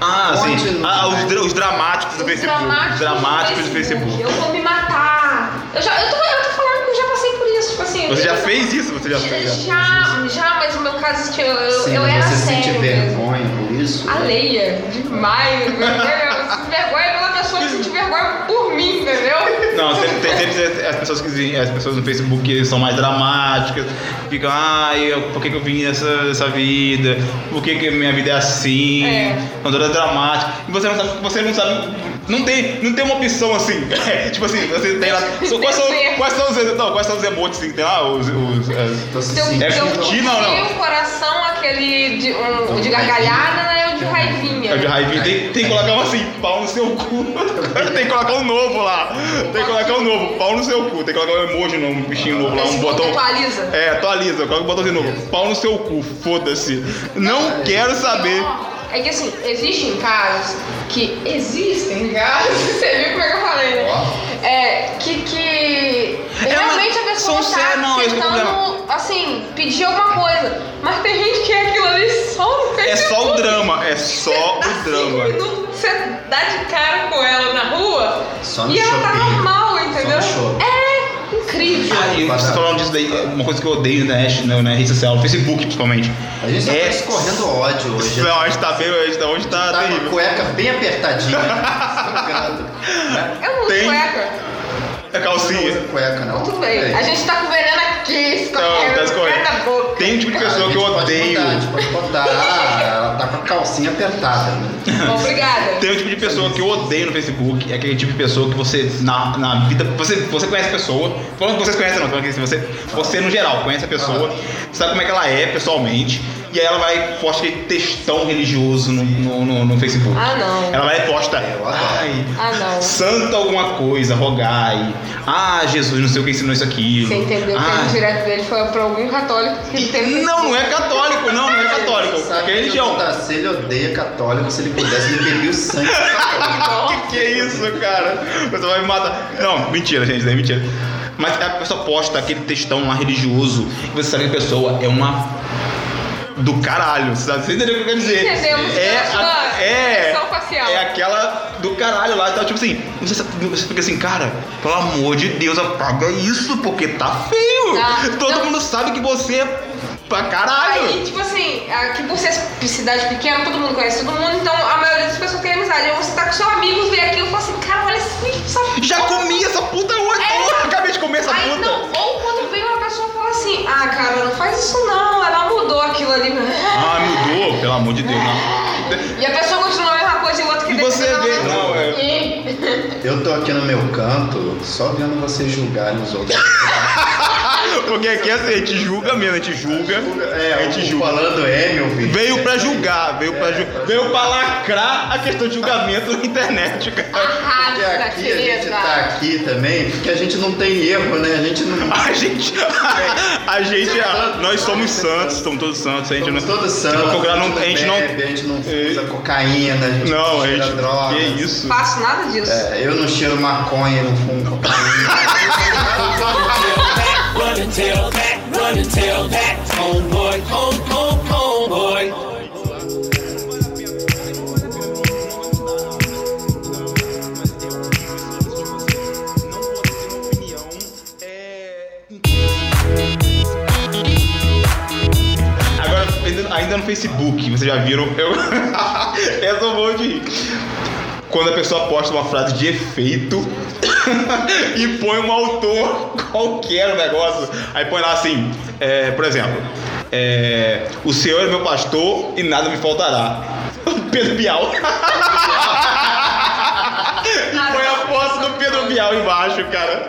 Ah, sim. Continua. Ah, os, dra- os dramáticos do Os Facebook. Os dramáticos do Facebook. Eu vou me matar. Eu, já, eu, tô, eu tô falando que eu já passei por isso. Tipo assim, Você já eu- fez isso? Você já fez? já? Já, já, mas no meu caso, tipo, eu, eu- Sim, eu era você sente sério mesmo. vergonha por isso? Alheia demais. entendeu? Eu sinto vergonha pela pessoa que sente vergonha por mim, entendeu? Não, sempre, tem- sempre as pessoas que dizem- as pessoas no Facebook são mais dramáticas, ficam, ai, eu, por que, que eu vim nessa, nessa vida? Por que, que minha vida é assim? É. São todas dramáticas. E você não sabe, você não sabe. Não tem, não tem uma opção assim. <laughs> tipo assim, você tem lá. são- quais, são, quais são os. Não, quais são os emotes assim? Tem lá os. os as- Tô se Deu, um sentindo- É deu, curtir, não, não. deu o coração aquele de, um, de gargalhada, né? O de raivinha. é de raivinha. Tem, tem que colocar um assim, pau no seu cu. <laughs> tem que colocar um novo lá. Tem que colocar um novo, pau no seu cu. Tem que colocar um emoji, novo, um bichinho novo lá, um Facebook botão. atualiza. É, atualiza, coloca o botão de novo. Pau no seu cu, foda-se. Não quero saber. É que assim, existem casos que existem casos, <laughs> você viu como é que eu falei, né? É, que, que realmente a pessoa são tá sérios, É não, esse é o tentando, assim, pedir alguma coisa, mas tem gente que é aquilo ali só no É Facebook. só o drama, é só Dá o cinco drama. minutos, Assim, Você dá de cara com ela na rua Só no e ela tá shopping. normal, Só no entendeu? shopping. É incrível. Ah, e você falando disso daí, uma coisa que eu odeio na internet, na na rede social, no Facebook principalmente. A gente só É- tá escorrendo ódio hoje. né? Não, a gente tá bem, a gente tá, hoje tá, Tá com a terrível. cueca <laughs> bem apertadinha. Tá Sangrando. Né? Eu não uso Tem- cueca. É calcinha. Não usa cueca, não. Tudo bem. A gente tá com veneno aqui, É. Não, tá escorrendo escorrendo. cada boca. Tem um tipo de pessoa que eu odeio. Pode botar, a gente pode botar. Ah, ela tá com a calcinha apertada. né? <laughs> Obrigada. Tem um tipo de pessoa que eu odeio no Facebook, é aquele tipo de pessoa que você, na, na vida, você, você conhece a pessoa, falando que vocês conhecem não, falando que assim, você, você no geral conhece a pessoa, sabe como é que ela é pessoalmente, e E aí ela vai e posta aquele textão religioso no, no, no- no Facebook. Ah, não. É, Ela vai e posta. Eu adoro. Ai, Ah, não. Santa alguma coisa, rogai. Ah, Jesus, não sei o que ensinou isso aqui. Você entendeu que ah, o direto dele foi pra algum católico que ele teve. Não, não é católico, não, não é <laughs> católico. Sabe Porque é que O religião. Tarcísio odeia católico. Se ele pudesse, ele beberia o sangue. Sabe? Que que é isso, cara? Você vai me matar. Não, mentira, gente, isso daí é mentira. Mas a pessoa posta aquele textão lá religioso que você sabe que a pessoa é uma. Do caralho, você sabe? Você entendeu o que eu quero dizer? Entendemos, então, é, pela a- sua é, expressão facial. é aquela do caralho lá. Então, tipo assim, você, sabe- você fica assim, cara, pelo amor de Deus, apaga isso, porque tá feio. Tá. Todo Não. mundo sabe que você é pra caralho. Aí, tipo assim, aqui por ser cidade pequena, todo mundo conhece todo mundo, então a maioria das pessoas tem amizade. Aí você tá com seu amigo, vê aquilo e fala assim, cara, olha esse vídeo, sabe? Já comi essa puta hoje, É. acabei de comer essa Aí puta. não, ou quando vem uma pessoa e fala assim, ah, cara, não faz isso não, ela mudou aquilo ali. <laughs> Ah, mudou, pelo amor de Deus, não. E a pessoa continua a mesma coisa e o outro que E você defendeu a vê, mesma não, coisa. é. E- Eu tô aqui no meu canto, só vendo vocês julgarem os outros. Porque aqui assim, a gente julga mesmo, a gente julga. É, a gente o julga. falando é, meu filho. Veio pra julgar, veio pra, ju veio pra lacrar a questão de julgamento na internet, cara. Porque Arrasa, aqui a gente querida. tá aqui também, porque a gente não tem erro, né? A gente não. A gente. A gente. a- nós somos santos, somos todos santos. A gente Somos não. todos santos. Se for procurar, não- a gente não. bebe, a gente não É. usa cocaína, a gente Não, a cheira gente. droga. Que isso? Faço nada disso. É, eu não cheiro maconha, não fumo cocaína. Run and tell that, run and tell that, homeboy, home, home, homeboy. é, Agora, ainda, ainda no Facebook, vocês já viram. Eu... <laughs> Essa eu vou de rir. Quando a pessoa posta uma frase de efeito <laughs> e põe um autor qualquer no negócio. Aí põe lá assim, é, por exemplo, é, o senhor é meu pastor e nada me faltará. <laughs> Pedro Bial. <laughs> Ah, Põe a foto do Pedro Bial embaixo, cara.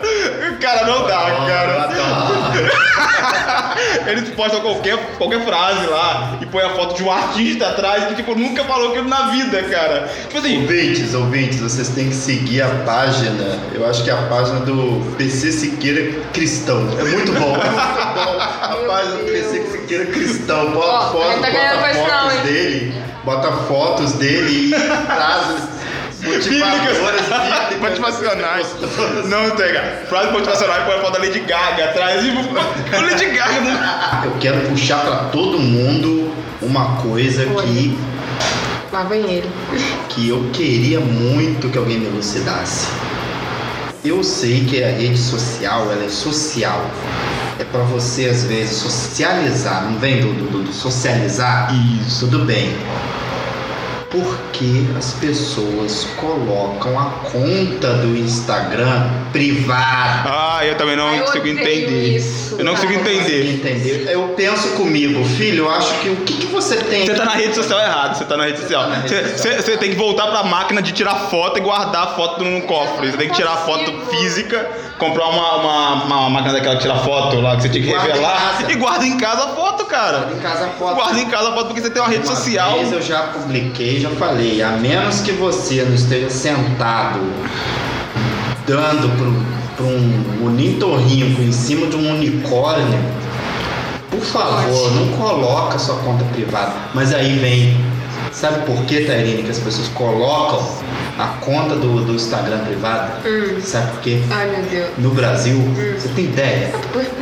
Cara, não dá, Ah, Ah, cara. tá. Eles postam qualquer, qualquer frase lá e põe a foto de um artista atrás que, tipo, nunca falou aquilo na vida, cara. Tipo assim, Ouvintes, ouvintes, vocês têm que seguir a página. Eu acho que é a página do PC Siqueira Cristão. É muito bom. É muito bom. A Meu página do Deus. PC Siqueira Cristão. Bota Ó, foto, não tá ganhando bota com isso fotos não, hein? dele. Bota fotos dele e frases <laughs> motivadoras, bíblicas, motivacionais. gostosas. Não tem, cara. Frase motivacional e põe a foto da Lady Gaga atrás. Tipo, <laughs> o Lady Gaga não. Ah, Eu quero puxar pra todo mundo uma coisa que, Lá vem ele. que eu queria muito que alguém me elucidasse. Eu sei que a rede social, ela é social. É pra você, às vezes, socializar. Não vem do, do, do socializar? Isso. Tudo bem. Por que as pessoas colocam a conta do Instagram privada? Ah, eu também não Ai, eu consigo odeio entender. isso, eu não consigo cara. entender. Entendeu? Eu penso comigo, filho, eu acho que o que, que você tem Você tá na rede social errado, você tá na rede social. tá na rede Você- social. Você você tem que voltar pra máquina de tirar foto e guardar a foto num cofre. Você tem que tirar a Tá foto consigo. física, comprar uma, uma, uma máquina daquela que tira foto lá, que você tinha que Guarda em revelar. casa. E guarda em casa a foto, cara. Guarda em casa a foto. Guarda em casa a foto porque você tem uma rede Uma social. vez eu já publiquei, já falei, a menos que você não esteja sentado dando para um ornitorrinco em cima de um unicórnio, por favor, não coloca sua conta privada. Mas aí vem, sabe por que, Tairine, que as pessoas colocam a conta do, do Instagram privada? Hum. Sabe por quê? Ai, meu Deus. No Brasil, você tem ideia?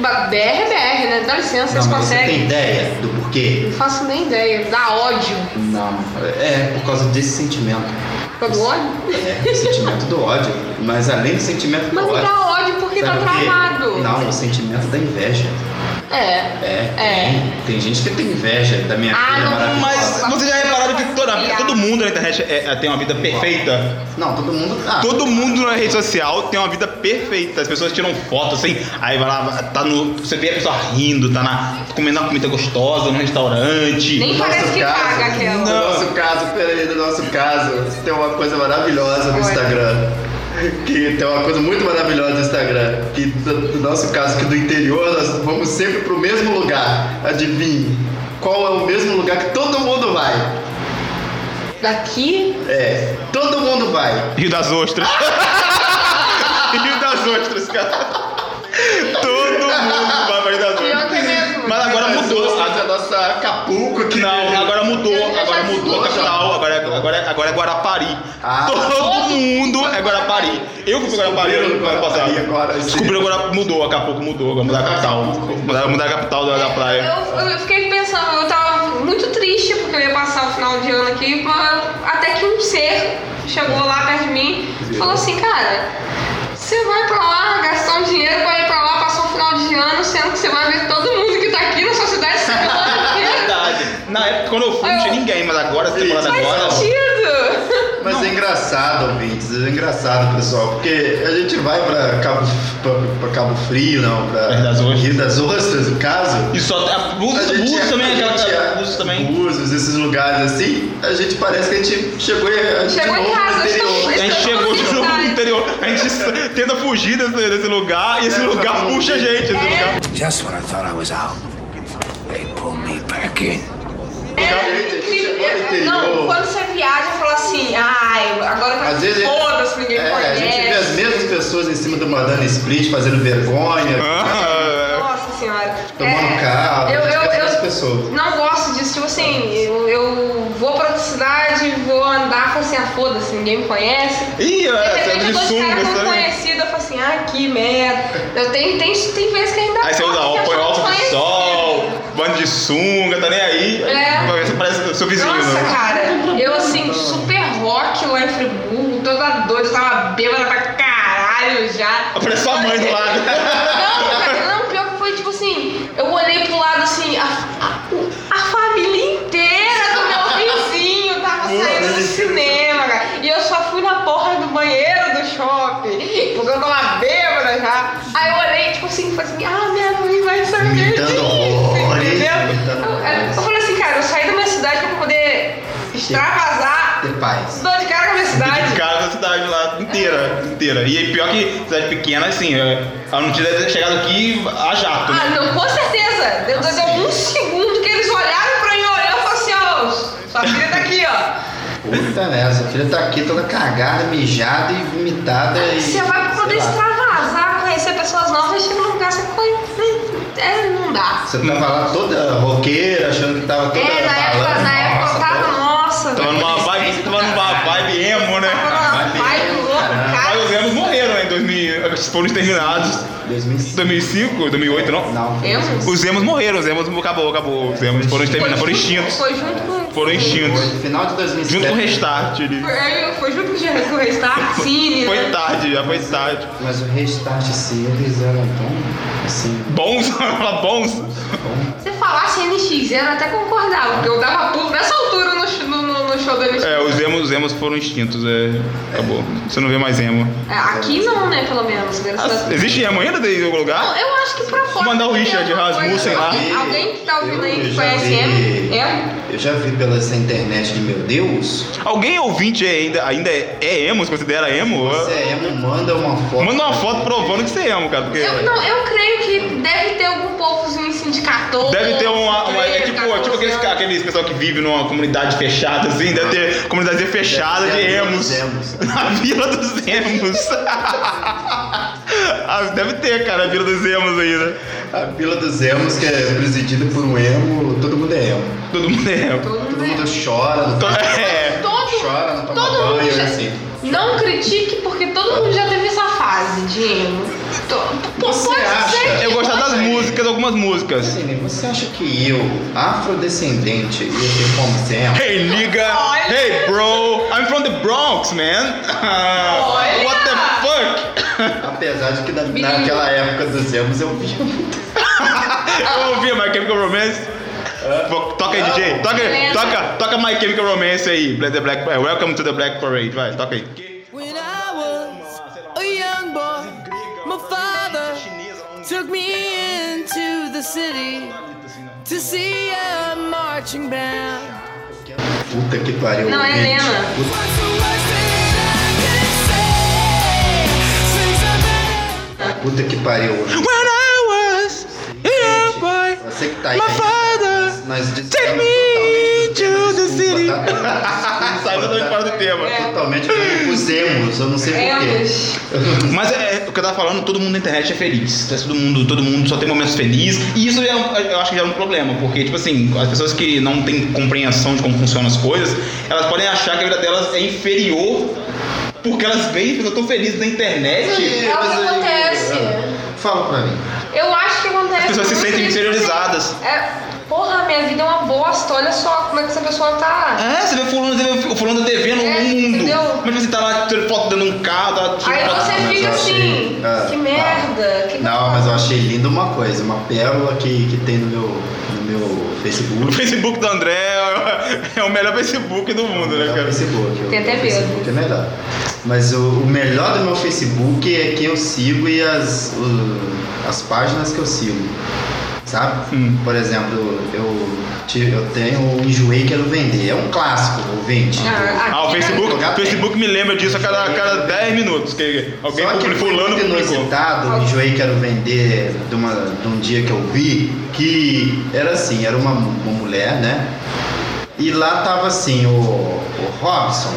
Ba- BR, BR, né? Dá licença, Não, vocês mas você tem conseguem. ideia do porquê? Não faço nem ideia. Dá ódio. Não, é por causa desse sentimento. Tá do ódio? É, o sentimento do ódio. Mas além do sentimento Mas do não ódio. dá ódio porque tá sabe o quê? travado. Não, o sentimento da inveja. É. É, É. Tem, tem gente que tem inveja da minha Ah, filha não, maravilhosa. Mas vocês já repararam que toda, todo mundo na internet é- é- tem uma vida perfeita? Não, todo mundo. Ah, Todo mundo na rede social tem uma vida perfeita. As pessoas tiram foto assim, aí vai lá, tá no. Você vê a pessoa rindo, tá na, comendo uma comida gostosa no restaurante. Nem no parece nosso que caso, paga aquela. No nosso caso, peraí, no nosso caso, tem uma coisa maravilhosa no Olha. Instagram. Que tem uma coisa muito maravilhosa no Instagram. Que do, do nosso caso, que do interior, nós vamos sempre pro mesmo lugar. Adivinhe. qual é o mesmo lugar que todo mundo vai. Daqui? É, todo mundo vai. Rio das Ostras. Rio das Ostras, cara. Todo mundo vai pra Rio das Pior Ostras. que é mesmo. Mas agora Mas mudou. A a nossa Acapulco aqui. <laughs> Não, agora Eu mudou, já agora mudou a fui. capital, agora é, agora é, agora é Guarapari. Ah. Todo mundo é Guarapari. Eu fui pra Guarapari Descobriram no ano passado. Guarapari agora, esse- Descobriram agora, mudou, Acapulco mudou, agora mudar a capital. Mudar, mudar a capital da, da É. praia. Eu, eu fiquei pensando, eu tava muito triste porque eu ia passar o final de ano aqui, mas até que um ser chegou lá perto de mim e falou assim, cara, você vai pra lá, gastar um dinheiro pra ir pra lá, passar o final de ano, sendo que você vai ver todo mundo que tá aqui na sua cidade <laughs> se inteiro. Verdade. Na época, quando eu fui, não tinha Eu- ninguém, mas agora, você falando Faz agora. sentido! Mas é engraçado, ouvintes, é engraçado, pessoal, porque a gente vai pra Cabo, pra, pra Cabo Frio, não, pra Rio das Ostras. Rio das Ostras, no caso. E só. a- A Búzios gente- é Búzios também, é a aquela. gente- Búzios também. Búzios, esses lugares assim, a gente parece que a gente chegou, a gente Chegou em casa, A gente é chegou de novo no interior. A gente s- tenta fugir desse, desse lugar É. e esse lugar puxa a gente. tá Esse lugar. Just when I thought I was out, they pulled me back in. É incrível. Não, quando você viaja, fala assim, ai, agora é Às vezes, que foda-se, ninguém é, a gente vê as conhece. mesmas pessoas em cima do Madame Split fazendo É. vergonha, Ah, Nossa senhora. tomando carro, É. Eu, a gente eu, vê essas eu pessoas. não gosto disso. Tipo assim, eu, eu vou pra outra cidade, vou andar, falo assim, ah, foda-se, ninguém me conhece. é. Ih, De é, repente de eu tô de sunga, cara com um sabe? conhecido, eu falo assim, ah, que merda. Eu tenho, tem, tem vezes que ainda Aí você usa toca que eu óculos, sou óculos de conhecida. sol, bando de sunga, tá nem aí. É. Vai ver se parece seu vizinho. Nossa, né? cara, eu assim, super rock lá em Friburgo, toda doida, tava bêbada pra caralho já. Parece sua mãe do lado. Não, cara, não, pior que foi tipo assim, eu olhei pro lado assim, a, a- o- a família inteira do meu vizinho tava saindo do cinema, cara. E eu só fui na porra do banheiro do shopping, porque eu tava bêbada já. Aí eu olhei, tipo assim, falei assim, ah, minha mãe vai saber Imitando disso, horrores, entendeu? imitando Eu, eu falei assim, cara, eu saí da minha cidade pra poder extravasar, Ter paz. dou de cara com a minha cidade. De cara da cidade lá inteira, inteira. E aí, pior que cidade pequena, assim, é, ela não tivesse chegado aqui a jato. Ah, né? não, com certeza. Deu, deu um segundo que eles olharam pra mim olhando e falaram assim, ó, sua filha tá aqui, ó. Puta nessa, a filha tá aqui toda cagada, mijada e vomitada e... Você vai poder sei lá. extravasar, conhecer pessoas novas, chega num lugar, você conhece. É, não dá. Você tava lá toda roqueira, achando que tava toda Tá É, na época, balando, na época eu nossa, tava, nossa. Tava numa vibe, tava numa vibe emo, né? Tava numa vibe louca, Mas os cara. emos morreram né, em 2000, eles foram exterminados. 2005. 2005, 2008, não? Não, foi Emo? Os emos morreram, os emos acabou, acabou. Os emos foram exterminados, foram extintos. Foi junto com. Foram extintos. Foi no final de 2007. Junto com o restart, ele. Foi, foi junto com o Restart, Cine. né? Foi tarde, já foi tarde. Mas o restart sim, eles eram tão assim. Bons, <laughs> fala bons. Se falasse NX, eu até concordava, porque eu dava pulo nessa altura no, sh- no, no- no show do NX. É, os emos, os emos foram extintos, é. Acabou. Você não vê mais emo. É, aqui não, né, pelo menos, graças a Deus. Existe emo ainda em algum lugar? Eu acho que pra fora. mandar o tem Richard alguma coisa. Rasmussen lá. Alguém que tá ouvindo aí Eu que já conhece vi- emo? Emo? Eu já vi pela essa internet de meu Deus. Alguém ouvinte ainda, ainda é, é emo? Se considera emo? Você é emo, manda uma foto. Manda uma foto provando que você é emo, cara. Porque Eu, não, eu creio que deve ter algum povozinho assim de 14. deve ter uma. uma- é 13, tipo, 14 tipo aqueles, anos. aqueles pessoal que vive numa comunidade fechada, assim, deve ter comunidade fechada de emos. <laughs> Na Vila dos Emos. <laughs> Ah, deve ter, cara, a Vila dos Emos né? ainda. A Vila dos Emos, que é presidida por um emo, todo mundo é emo. Todo mundo é emo. Todo Todo mundo mundo chora, não toma- <laughs> É. Todo, chora, não toma todo banho, mundo já, assim. Não critique, porque todo mundo já teve essa fase de emo. To- pô, Você pode acha? ser que- Eu gostava das músicas, algumas músicas. Assim, Você acha que eu, afrodescendente, um ia ter como <laughs> ser emo? Hey nigga, Olha. hey bro, I'm from the Bronx, man. <laughs> Olha. What the fuck? Apesar de que na- Menino. naquela época dos emos eu via muito. Eu ouvi My Chemical Romance. Pô, Toca aí, DJ. Toca, Lembra. toca, toca My Chemical Romance aí. Black- The Black, eh, welcome to the Black Parade. Vai, toca aí. When I was a young boy, my father took me into the city to see a marching band. Puta que pariu. Não, é ouvinte. Helena. Puta What's the worst thing I can say? Since I met her. Puta que pariu. When I was a young boy, Você que tá aí. my father nós Take dissemos me to the city. Saiu <laughs> Saiu totalmente fora do tema. É. tá? Totalmente pusemos, eu não sei é porquê. Elas. Mas é, o que eu tava falando, todo mundo na internet é feliz. Todo mundo, todo mundo só tem momentos felizes. E isso já é um- eu acho que já é um problema, porque, tipo assim, as pessoas que não têm compreensão de como funcionam as coisas, elas podem achar que a vida delas é inferior porque elas veem que eu tô feliz na internet. É o que acontece. Fala pra mim. Eu acho que acontece. As pessoas se muito sentem isso, inferiorizadas. assim, É, porra, minha vida é uma bosta. Olha só como é que essa pessoa tá. É, você vê fulano, você vê fulano devendo É, um mundo. entendeu? Mas você tá lá tirando foto dando um carro, tá tirando Aí foto- você mas fica eu achei- assim, ah, que merda. Que Não, mas eu achei linda uma coisa, uma pérola que, que tem no meu, no meu O Facebook. Facebook do André é o- é o melhor Facebook do mundo, né, Melhor cara? Tá Facebook. Tem o até Facebook é medo. melhor. Mas o, o melhor do meu Facebook é quem eu sigo e as, o- as páginas que eu sigo. Sabe? Hum. Por exemplo, eu, ti- eu tenho o Enjoei Quero Vender. É um clássico, ouvinte. Ah, Ah, o aqui- Facebook, Lugar o Facebook me lembra disso a cada, a cada 10 minutos. Que alguém Só que publicou, foi fulano muito publicou. inusitado, o enjoei quero vender de, uma, de um dia que eu vi, que era assim, era uma, uma mulher, né? E lá tava assim, o, o Robson,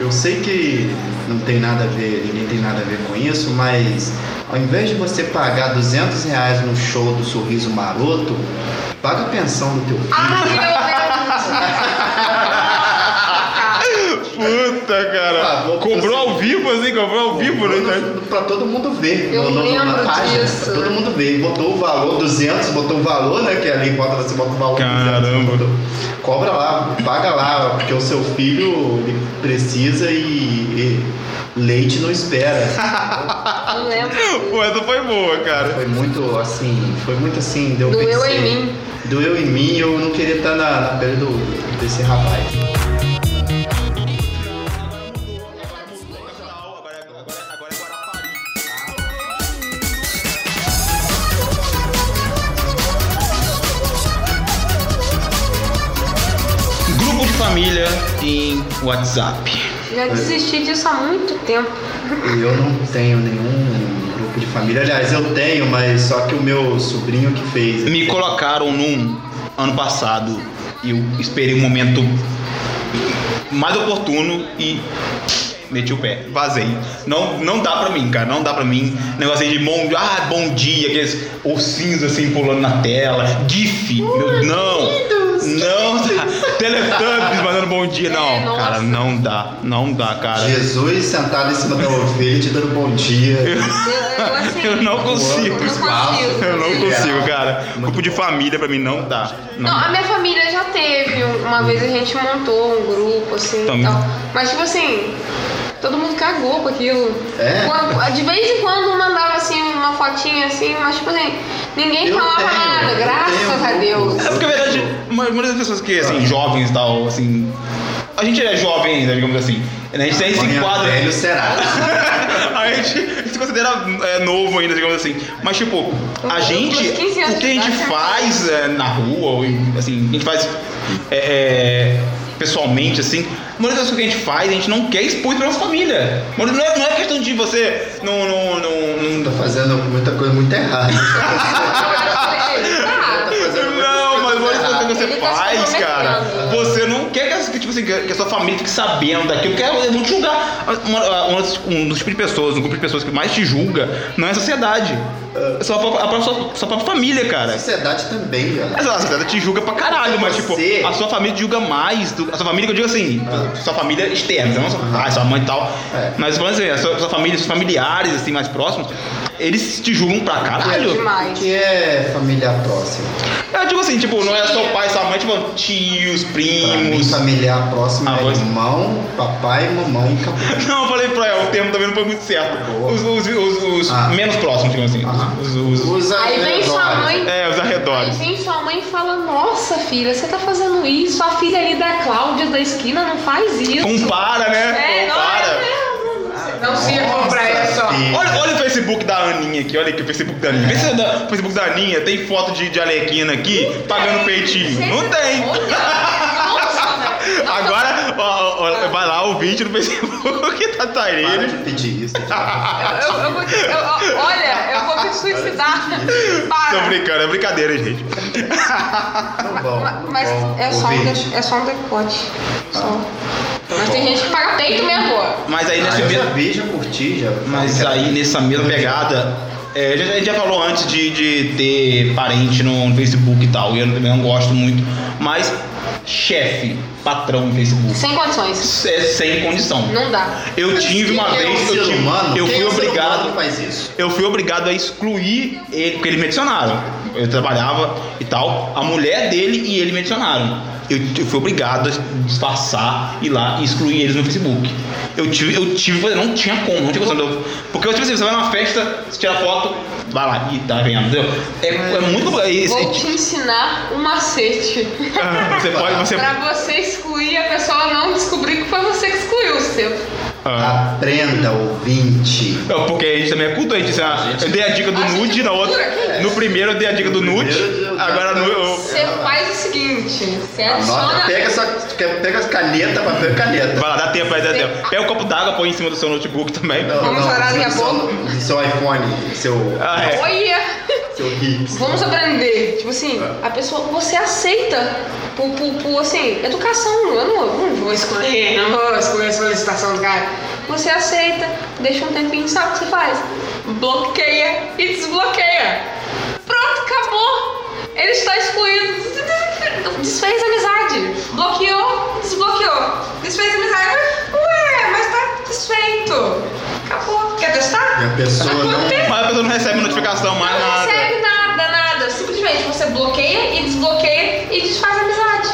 eu sei que não tem nada a ver, ninguém tem nada a ver com isso, mas ao invés de você pagar 200 reais no show do Sorriso Maroto, paga a pensão do teu filho. Ah, meu Deus. Puta, Ah, cara. vou Cobrou ao vivo, assim, cobrou ao vivo, né? cara? Pra todo mundo ver. Eu no- no- lembro na página, disso. Pra todo mundo ver. Botou o valor, 200, botou o valor, né? Que ali bota, você bota o valor. 200, Caramba. botou- cobra lá, paga lá, porque o seu filho ele precisa e, e leite não espera. Não lembro. Pô, essa foi boa, cara. Foi muito assim, foi muito assim, deu Doeu em mim. Doeu em mim, eu não queria estar na, na pele do, desse rapaz. Grupo de família em WhatsApp. Já desisti disso há muito tempo. E eu não tenho nenhum grupo de família. Aliás, eu tenho, mas só que o meu sobrinho que fez. Me colocaram num ano passado e eu esperei o momento mais oportuno e meti o pé, vazei. Não, não dá pra mim, cara, não dá pra mim. Negócio aí de bom, ah, bom dia, aqueles ossinhos assim pulando na tela, GIF, meu, não, não dá. Teletubbies mandando bom dia, não, É, cara, nossa. não dá, não dá, cara. Jesus sentado em cima da ovelha te dando bom dia. Eu, eu, assim, Eu não consigo. Eu não consigo. Eu não consigo, cara. Grupo de família pra mim não dá. Não, a minha família já teve. um- Uma vez a gente montou um grupo, assim, Então- e tal. Mas, tipo assim, todo mundo cagou com aquilo. É? Quando- de vez em quando mandava, assim, uma fotinha, assim, mas, tipo assim, ninguém Eu falava tenho, nada, eu graças tenho a um Deus. <laughs> grupo. É porque, na verdade, a maioria das pessoas que, assim, jovens e tal, assim. A gente é jovem ainda, digamos assim. né? A gente tem esse Amanhã quadro. é Velho será. <laughs> a gente se considera é, novo ainda, digamos assim. Mas, tipo, a Uns gente. 15 anos O que a gente de idade, né? faz é, na rua, ou em- assim, a gente faz é, é, pessoalmente, assim. A maioria das coisas que a gente faz, a gente não quer expor pra nossa família. Não é, não é questão de você não- não- não, não Tá fazendo muita coisa muito errada. Ah, Tá fazendo muita Não, coisa mas muito olha o que errada. você Ele tá se faz, cara. comprometendo. Você não quer que, as- que, tipo assim, que que a sua família fique sabendo daquilo, porque eles vão te julgar. Uma- uma das- um dos tipos de pessoas, um grupo de pessoas que mais te julga não é a sociedade. É só a própria, a própria- sua, sua própria família, A cara. sociedade também, Mas velho. A sociedade te julga pra caralho, mas tipo, Você- a sua família te julga mais. do- a sua família, que eu digo assim, Ah. sua família externa, não sua, Aham. ah, sua mãe e tal. É. Mas falando assim, a sua, sua família, os familiares, assim, mais próximos, eles te julgam pra caralho. demais. O que é família próxima? É tipo assim, tipo, não é só o pai, sua mãe, tipo, tios, Pra mim, primos. familiar próximo Ah, é pois. irmão, papai, mamãe e acabou. Não, eu falei pra ela, o termo também não foi muito certo. Boa. Os, os- os- os Ah. menos próximos, digamos assim. Ah. Os, os- os- Aí vem sua arredores. mãe. é, os Aí arredores. vem sua mãe e fala, nossa filha, você tá fazendo isso, a filha ali da Cláudia da esquina não faz isso. Compara, né? É, não Compara. é, não, não sirvo Nossa, pra essa. filho. Olha, olha o Facebook da Aninha aqui, olha aqui o Facebook da Aninha. Vê se o da- o Facebook da Aninha tem foto de, de Alequina aqui, pagando peitinho. Não tem. Olha, nossa, velho. Nossa, Agora, Ó, ó, vai lá, o vídeo no Facebook <laughs> tá da Para Tairene. de pedir isso. Tá Eu, eu vou te, eu- eu- olha, eu vou me suicidar. Tô Para. brincando, é brincadeira, gente. Tá bom, tá <laughs> Mas bom, é só, um ouvinte. de, é só um decote. Só. Tá Mas tem gente que paga peito mesmo. ó. Mas aí Ah, nesse eu mesmo. já vi, já curti, já. Mas aí nessa mesma pegada, é, a gente- a gente já falou antes de, de ter parente no Facebook e tal, e eu também não gosto muito, mas chefe, patrão no Facebook, Sem condições. isso é sem condição. Não dá. Eu tive uma Quem é um vez, eu, ser tive- humano? eu Quem fui é um ser humano obrigado. que faz isso? Eu fui obrigado a excluir ele, porque eles me adicionaram. Eu trabalhava e tal, a mulher dele e ele me adicionaram. Eu, eu fui obrigado a disfarçar, ir lá e excluir eles no Facebook. Eu tive, eu tive, eu não tinha como, não tinha como. Eu- Porque eu, tipo assim, você vai numa festa, você tira foto, vai lá e tá vendo, entendeu? É, é muito complicado. Esse- Vou te ensinar um macete. <laughs> Você pode, você. pra você excluir e a pessoa não descobrir que foi você que excluiu o seu. Ah. Aprenda, ouvinte. Não, Porque a gente também é culto, a gente, assim, ah, eu dei a dica do A gente nude é na cultura, outra. que No primeiro eu dei a dica do No nude, primeiro eu já agora tô- no. eu- Você faz o seguinte, você Anota, adiciona. pega essa pega as caneta, papel e caneta. Vai lá, dá tempo, vai dar Sim. tempo. Pega um copo d'água, põe em cima do seu notebook também. Vamos chorar daqui a seu- pouco. seu- Seu iPhone, seu, Ah, é. Olha! seu Hits. Vamos aprender. Tipo assim, a pessoa, você aceita por, por, por, assim, educação. Eu não, não vou escolher, não vou escolher a solicitação do cara. Você aceita, deixa um tempinho, sabe o que você faz? Bloqueia e desbloqueia. Pronto, acabou. Ele está excluído. Desfez a amizade. Bloqueou, desbloqueou. Desfez a amizade. Ué, mas tá desfeito. Acabou. Quer testar? E a pessoa não- Acontece. Mas a pessoa não recebe notificação mais Não Ah, nada. recebe nada, nada. Simplesmente você bloqueia e desbloqueia e desfaz a amizade.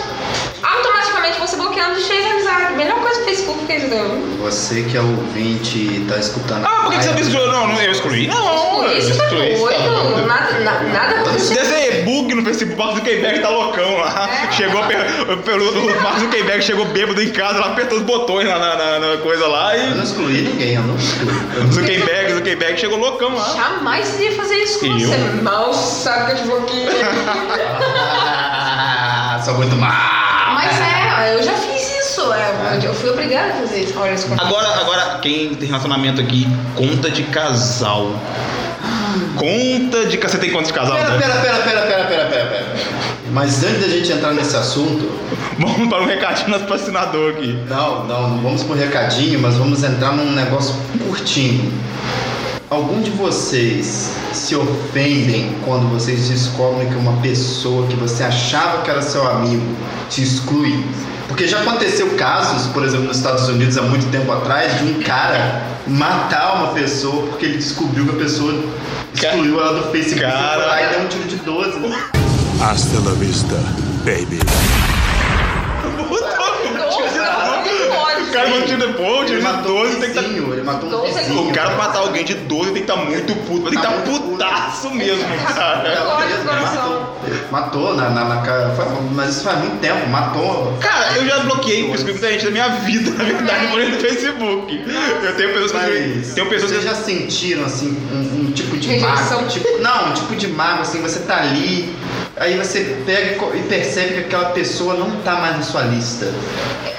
Automaticamente você bloqueando desfez a amizade. Melhor coisa que o Facebook fez, entendeu? Você que é ouvinte e tá escutando. Ah, por que, que você me excluiu? Não, não, eu excluí. Não, eu Isso tá excluí. doido. Nada, na- nada aconteceu. Deve ser bug no Facebook, Mark Zuckerberg tá loucão lá. É. Chegou pelo, pelo Mark Zuckerberg chegou bêbado em casa, lá apertou os botões lá na, na- na coisa lá Eu não e. excluí ninguém, eu não excluí. Zuckerberg, Zuckerberg chegou loucão lá. Jamais iria fazer isso com Eu? você. Mal sabe que eu te <laughs> bloqueei. Ah, só muito mal. Mas é, eu já fiz isso. é, Eu fui obrigada a fazer isso. Olha, isso Agora, agora, quem tem relacionamento aqui, conta de casal. Conta de casal. Você tem conta de casal? Pera, André? pera, pera, pera, pera, pera, pera, pera. Mas antes da gente entrar nesse assunto, Vamos para um recadinho nosso patrocinador aqui. não, não, não vamos pro recadinho, mas vamos entrar num negócio curtinho. Algum de vocês se ofendem quando vocês descobrem que uma pessoa que você achava que era seu amigo te exclui? Porque já aconteceu casos, por exemplo, nos Estados Unidos há muito tempo atrás, de um cara matar uma pessoa porque ele descobriu que a pessoa Ca- excluiu ela do Facebook Cara. e deu um tiro de 12. Hasta la vista, baby. O cara mandou tiro depois, Ele tiro de matou um 12, tem que vizinho, ele matou um Doze é tá... vizinho. O cara matar alguém de 12 tem que estar muito puto, mas tem que Tá estar muito puto. putaço mesmo, cara. Não, Olha ele o coração. Matou, matou na, na, na cara, foi- mas isso faz muito tempo, matou. Cara, eu já bloqueei o Facebook da gente da minha vida, na verdade, por no Facebook. Eu tenho pessoas que. Mas Tenho pessoas vocês que. já sentiram assim um, um tipo de Rejeição. mago, tipo, não, um tipo de mago assim, você tá ali, aí você pega e co- e percebe que aquela pessoa não tá mais na sua lista.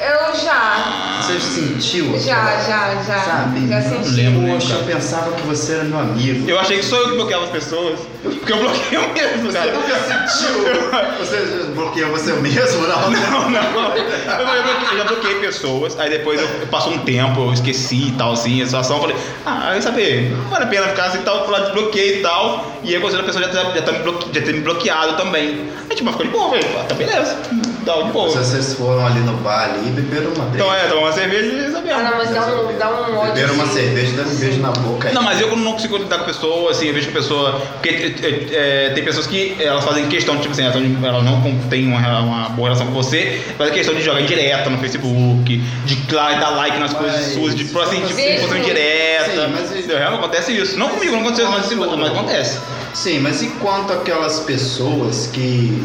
Eu já, Você já sentiu? já, aquela- já, já. Sabe? Já senti. lembro, lembro, Poxa, eu pensava que você era meu amigo. Eu achei que sou eu que bloqueava as pessoas. Porque eu bloqueio mesmo, Você tá cara. nunca sentiu? Você já bloqueou você mesmo? Não, Não, não. Eu, eu bloqueei- eu já bloqueei pessoas, aí depois eu, eu passou um tempo, eu esqueci e tal, assim, a situação, eu falei, ah, eu saber, não vale a pena ficar assim, tal, falar, desbloqueei e tal, e aí quando a pessoa já, tá- já, tá me bloque, já tem me bloqueado também. Aí tipo, ficou de boa, velho, tá beleza, tá de boa. Se vocês foram ali no bar ali e beberam uma Então breja. é, tomar uma cerveja e saber. Ah, não, mas dá um, dá um ódio. Beberam uma assim. cerveja e deram um beijo na boca. Não, mas eu não consigo lidar com a pessoa, assim, eu vejo que a pessoa. Porque é, é, tem pessoas que elas fazem questão, tipo assim, elas não- elas não com- têm uma, uma boa relação com você, fazem questão de jogar indireta no Facebook, de cla- dar like nas coisas Mas- suas, de tipo assim, tipo, Vejo. posição indireta. Sim, mas- entendeu? Realmente acontece isso. Não comigo, não aconteceu, mas, mas acontece. Sim, mas e quanto aquelas pessoas que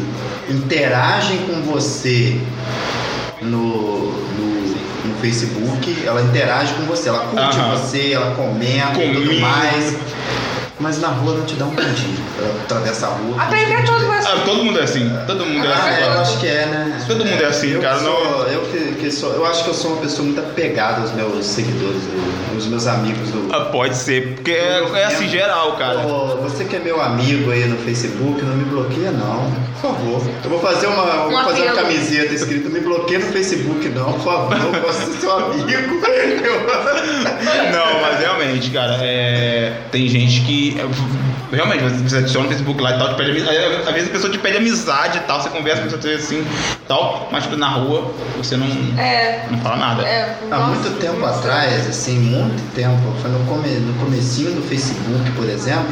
interagem com você no, no, no Facebook, ela interage com você, ela curte Aham. você, ela comenta e tudo Comenta. mais. mas na rua não te dá um bandido pra atravessar a rua. Aprendi a todo mundo. Ah, todo mundo é assim. Todo mundo é Ah, assim. é, eu cara. acho que é, né? Todo mundo é assim, eu cara, que não- sou- eu, que, que sou, eu acho que eu sou uma pessoa muito apegada aos meus seguidores, do- aos meus amigos do. Ah, pode ser, porque é, é assim geral, cara. Ô, você que é meu amigo aí no Facebook, não me bloqueia não, por favor. Eu vou fazer uma, eu vou Um fazer uma apelo. camiseta escrito, me bloqueia no Facebook não, por favor, eu posso ser seu amigo. Eu- Não, mas realmente, cara, é, tem gente que. é, Realmente, você adiciona no Facebook lá e tal, te pede amizade. Às vezes a pessoa te pede amizade e tal, você conversa com a pessoa assim e tal, mas tipo, na rua você não, É, não fala nada. é. <laughs> Há nossa, muito tempo nossa. atrás, assim, muito tempo, foi no, come, no comecinho do Facebook, por exemplo,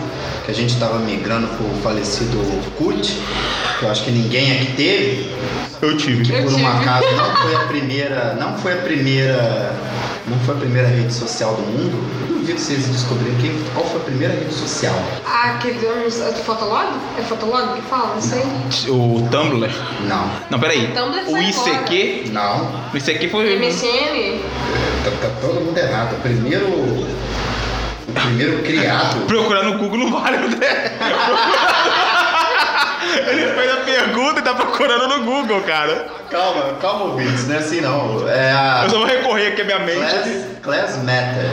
que a gente tava migrando pro falecido Orkut, que eu acho que ninguém aqui teve, Eu tive. que Eu por um tive. acaso não foi a primeira, não foi a primeira, não foi a primeira rede social do mundo. Eu duvido vocês descobrirem quem, qual foi a primeira rede social. Ah, aquele do, é do Fotolog? É Fotolog que fala? Não sei. Uhum. O Tumblr. Não, Não, peraí. Tumblr O foi ICQ. não, O ICQ foi. MSN? tá, tá todo mundo errado. O primeiro, o primeiro criado Procurar no Google não vale, André. <laughs> Ele fez a pergunta e tá procurando no Google, cara. Calma, calma, ouvintes, não é assim não. É a Eu só vou recorrer aqui a minha mente. Class, class Matter.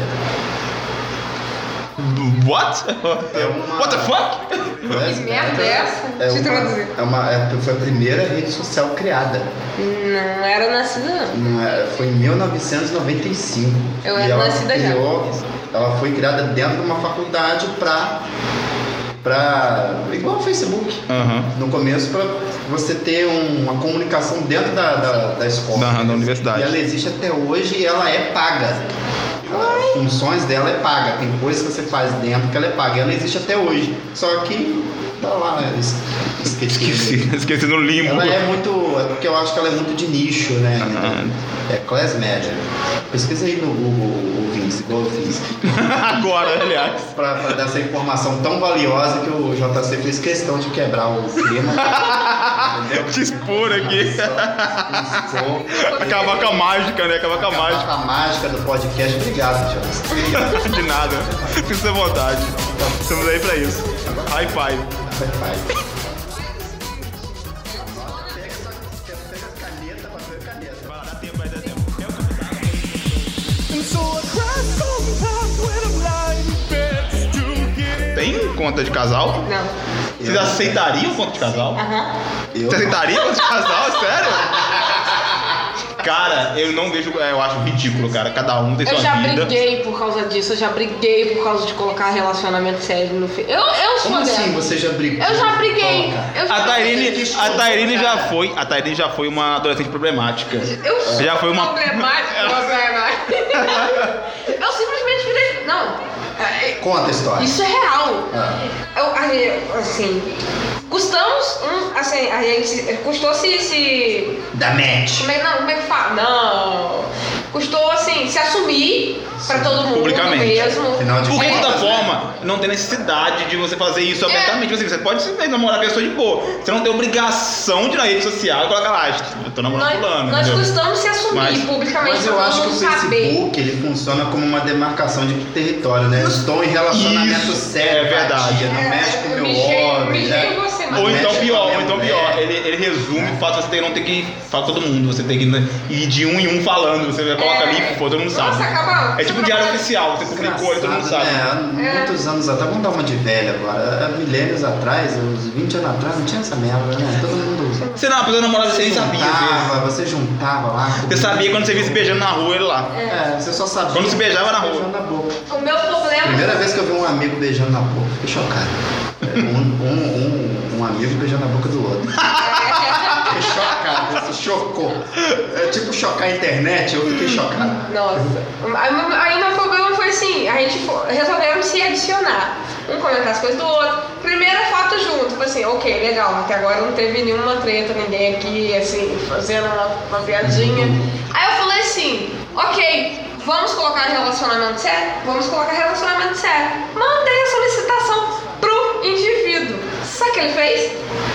What? <laughs> É uma- What the fuck? Class Que merda Matter é essa? Deixa eu traduzir. É uma, é- foi a primeira rede social criada. Não era nascida, não. Não é- Foi em 1995. Eu E era ela nascida já. criou- Ela foi criada dentro de uma faculdade pra. pra igual o Facebook. Aham. No começo, pra você ter um- uma comunicação dentro da, da, da escola. Da- da universidade. E ela existe até hoje e ela é paga. As funções dela é paga. Tem coisas que você faz dentro que ela é paga. Ela existe até hoje. Só que. Tá lá, né? Es- esqueci. <laughs> Esqueci, esqueci no limbo. Ela é muito. É porque eu acho que ela é muito de nicho, né? Aham. É class média. Pesquisa aí no Google ouvintes, igual eu fiz. <laughs> Agora, aliás. Pra, pra dar essa informação tão valiosa que o JC fez questão de quebrar o clima. Entendeu? Te expor aqui. É Só- Acabar com a mágica, né? Acabar com a Acabar mágica. com a mágica do podcast. Obrigado, JC. É De nada. Fique à vontade. Estamos aí pra isso. High five. Vai, vai. Tem conta de casal? Não. Vocês aceitariam conta de casal? Aham. Eu Você aceitaria conta de <laughs> casal? Sério? Cara, eu não vejo. é, Eu acho ridículo, cara. Cada um tem Eu sua já vida. briguei por causa disso, eu já briguei por causa de colocar relacionamento sério no fim. Eu, eu sou Como dessa. assim você já brigou? Eu já briguei. Coloca. Eu já A Tairine, briguei. a Tairine já foi. A Tairine já foi uma adolescente problemática. Eu sou Já foi uma- <laughs> problemática. problemática. eu simplesmente virei. Não. é, Conta a história. Isso é real. Ah. Eu, aí, assim. Custamos um. Assim, a gente. Custou se. se Da match. Como é, não, como é que fala? Não. Custou, assim, se assumir pra todo mundo Publicamente. mesmo. Afinal de Porque, de É. toda forma, não tem necessidade de você fazer isso abertamente. Você, você pode se namorar a pessoa de boa. Você não tem obrigação de ir na rede social e colocar lá. "Ah, Eu tô namorando Nós, fulano. nós entendeu? custamos se assumir Mas- publicamente Mas eu pra acho que todo o mundo saber. Facebook ele funciona como uma demarcação de território, né? Eu estou em relacionamento Isso, sério. é verdade. Tia, não É, mexe com eu meu me enchei- homem, me né? enchei em você, mas- Não Ou então mexe com pior, a ou minha então pior, mulher. É. ele, ele resume o fato de você ter- não ter que falar com todo mundo, você tem que né, ir de um em um falando, você coloca É. ali, pô, todo mundo Nossa, sabe. acaba- É tipo um diário oficial, você publicou e todo mundo sabe. Engraçado, É. né? Há Muitos anos atrás, vamos dar uma de velha agora. Há milênios atrás, uns 20 anos atrás, não tinha essa merda, né? Todo mundo. Você não, a pessoa namorada você nem sabia, às vezes. juntava, você juntava lá. Você sabia quando você via se beijando na rua ele lá. É, você só sabia. Quando se beijava na rua. Beijando na boca. O meu problema. Primeira vez que eu vi um amigo beijando na boca, fiquei chocado. É, Um, um, um, um amigo beijando na boca do outro. é- Fiquei chocado, isso chocou. É tipo chocar a internet, eu fiquei chocado. Nossa. Aí, aí meu problema foi assim, a gente fo- resolvemos se adicionar. Um comentar as coisas do outro. Primeira foto junto. Falei assim, ok, legal. Até agora não teve nenhuma treta, ninguém aqui, assim, fazendo uma, uma piadinha. Aí eu falei assim, ok, vamos colocar relacionamento sério? Vamos colocar relacionamento sério. Mandei a solicitação pro indivíduo. Sabe o que ele fez?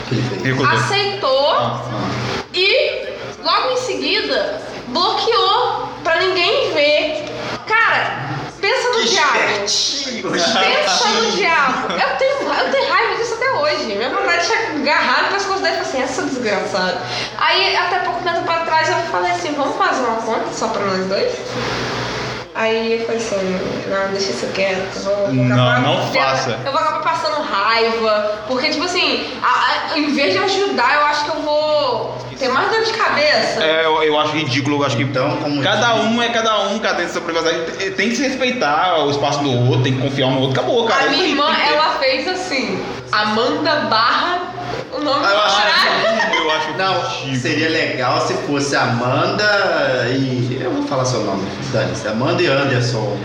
Que ele fez. Recusou. Aceitou. Ah, E logo em seguida bloqueou pra ninguém ver. Cara, pensa no Que diabo. espertinho, Pensa no diabo. Eu tenho, eu tenho raiva disso até hoje. Minha vontade é agarrar no pescoço dele e falar assim, essa desgraçada. Aí, até pouco tempo pra trás, eu falei assim, vamos fazer uma conta só pra nós dois? Aí eu falei assim, não, deixa isso quieto, vou, vou Não, acabar- não eu- faça. Eu vou acabar passando raiva, porque tipo assim, a- a- em vez de ajudar, eu acho que eu vou ter mais dor de cabeça. É, eu, eu acho ridículo, eu acho que Então, como cada diz- um é cada um, cada um tem sua privacidade, tem- tem que se respeitar o espaço do outro, tem que confiar um no outro, acabou, cara. A minha irmã, Tem que- ela fez assim, Amanda Barra, o nome Ah, eu do acho horário. Eu acho Não, ridículo. seria legal se fosse Amanda e. Eu vou falar seu nome, dane-se. Amanda e Anderson.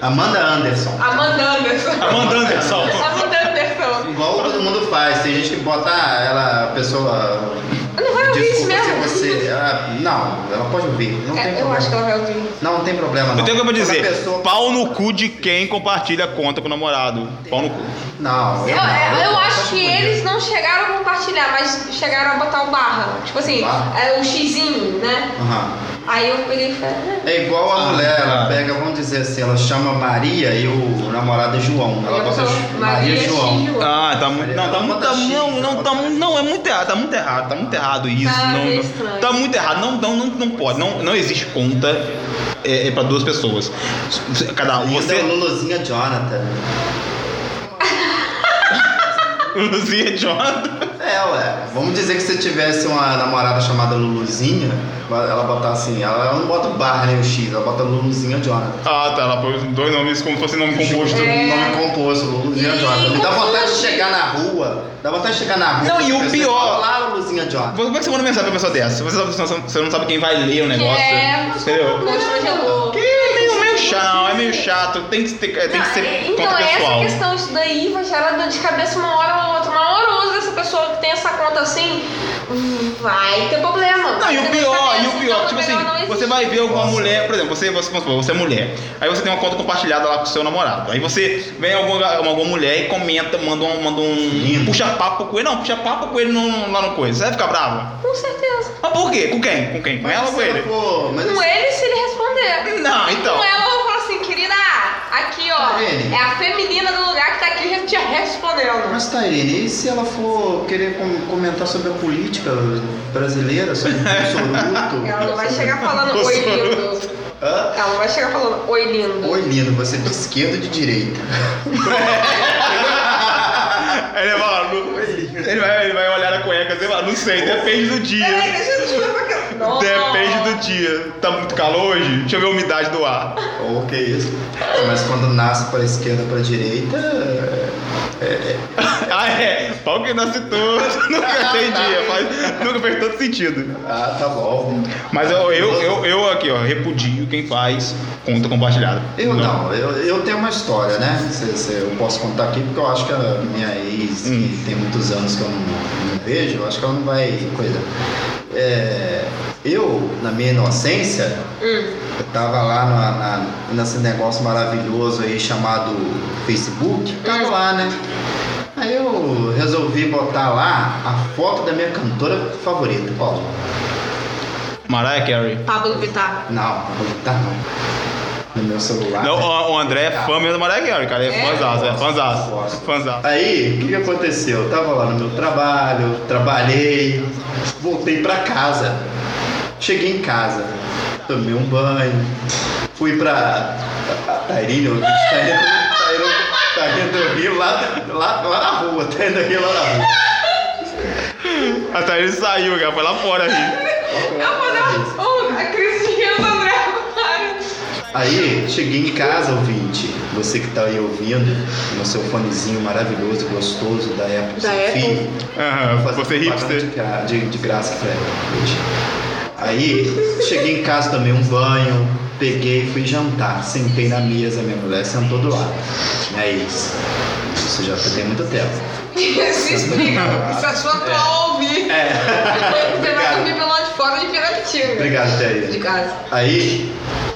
Amanda Anderson. Amanda Anderson. Amanda Anderson. Amanda Anderson. Igual todo mundo faz, tem gente que bota ah, ela, a pessoa. Não vai ouvir isso Desculpa se mesmo. você. ah, não, ela pode ouvir, não tem É, eu problema. acho que ela vai ouvir. Não tem problema, não. Eu tenho coisa pra Quando a dizer, pessoa- pau no cu de quem compartilha conta com o namorado. Pau no cu. Não, Eu, é, eu, não, eu- eu acho que bonito. eles não chegaram a compartilhar, mas chegaram a botar o barra. Tipo assim, Barra? é, o xizinho, né? Aham. Aí eu peguei e falei. "Ah, É igual a Ah, mulher, ela cara. pega, vamos dizer assim, ela chama Maria e o namorado é João. Ela eu bota sou Ju- Maria é e João. X. Ah, tá muito. Não, tá muito. tá- não, não, tá, não, é muito errado, tá muito errado, tá muito errado isso. Tá não, meio não- estranho. tá muito errado. Não, não, não, não pode. Não, não existe conta é, é pra duas pessoas. Cada um. Você é Você. Luluzinha Jonathan. um um <laughs> Luzia e Jonathan. É, ué. Vamos dizer que se tivesse uma namorada chamada Luluzinha, ela bota assim, ela, ela não bota o barra nem o X, ela bota Luluzinha Jonathan. Ah, tá. Ela pôs dois nomes como se fosse nome É composto. É. Um nome composto, Luluzinha E Jonathan. Me dá vontade de confunde. chegar na rua. Dá vontade de chegar na rua. Não, e o Você pior- fala, Lá, Luluzinha Jonathan. Como é que você manda mensagem pra pessoa dessa? Você, sabe- você não- você não sabe quem vai ler o negócio. É, mas entendeu? Poxa, mas eu- Que é meio, meio chato, não, é meio chato. Tem que, ter, tem que ser é- conta então, pessoal. essa questão, isso daí vai gerar dor de cabeça uma hora ou outra. Uma hora ou outra, essa pessoa que tem essa conta assim, hum, vai ter problema. Não, Vai e o ter dor de pior, cabeça, e o pior, então tipo é assim, melhor não você existir. vai ver alguma Nossa. mulher, por exemplo, você, você, vamos supor, você é mulher, aí você tem uma conta compartilhada lá com seu namorado, aí você vem alguma, uma- alguma mulher e comenta, manda um, manda um Lindo. puxa papo com ele, não, puxa papo com ele no- lá no coisa, você vai ficar brava? Com certeza. Mas por quê? Com quem? Com quem? Com ela ou com se ele? for- mas Com ele, se ele responder. Não, então, Com ela, eu vou falar assim, querida, aqui Tá ó, vendo? é a feminina do lugar que tá aqui <laughs> te respondendo. Mas Tairine, e se ela for querer com- comentar sobre a política brasileira, sobre o Bolsoruto? Ela não vai chegar falando Nossa. oi lindo. Hã? Ela não vai chegar falando oi lindo. Oi, lindo, você é de esquerda ou de direita? ele vai, não- ele vai, ele vai olhar a cueca, você fala, não sei, depende do Peraí, dia, deixa eu te falar uma coisa. Nossa. depende do dia, tá muito calor hoje? Deixa eu ver a umidade do ar. <laughs> Ou que é isso? Mas quando nasce pra esquerda ou pra direita. Ah, é. Pau que nasce torto. <laughs> Nunca entendi. Faz, nunca fez todo sentido. Ah, tá bom. Mas eu, eu, eu, eu aqui, ó, repudio quem faz conta compartilhada. Eu não, eu, eu tenho uma história, né? Se- se eu posso contar aqui, porque eu acho que a minha ex, que tem muitos anos que eu não, não vejo, eu acho que ela não vai. Coisa. É, eu, na minha inocência, Hum, eu tava lá na, na- nesse negócio maravilhoso aí chamado Facebook. Tava lá, né? Aí eu resolvi botar lá a foto da minha cantora favorita, Paulo. Mariah Carey. Pablo Vittar. Não, vou botar não. No meu celular. Não, né? o, o André é fã mesmo da Mariah Carey, cara. Ele É É? fãzaço, é fãzaço. Gosto. Fãzaço. Aí, o que, que aconteceu? Eu tava lá no meu trabalho, trabalhei, voltei pra casa. Cheguei em casa, tomei um banho, fui pra. né? A Tairina, eu Tairina, Tairina, Tairina do Rio, lá, lá, lá na rua, Tairina do Rio, lá na rua. A Thaís saiu, cara. Foi lá fora ali. Eu vou dar um, a Cristina do André agora. Aí, cheguei em casa, ouvinte, você que tá aí ouvindo, no seu fonezinho maravilhoso, gostoso, da Apple, Da sem Apple. fio. Aham, fazer você é propaganda hipster. De, gra- de, de graça, Fred. Aí, cheguei em casa, tomei um banho, peguei, fui jantar. Sentei na mesa, minha mulher sentou do lado. É isso. Isso já tem muito tempo. Se explica. Se a sua atual é ouvir, você vai É. Obrigado. dormir pelo lado de fora de Piratininga. Obrigado, Thaís. De casa. Aí,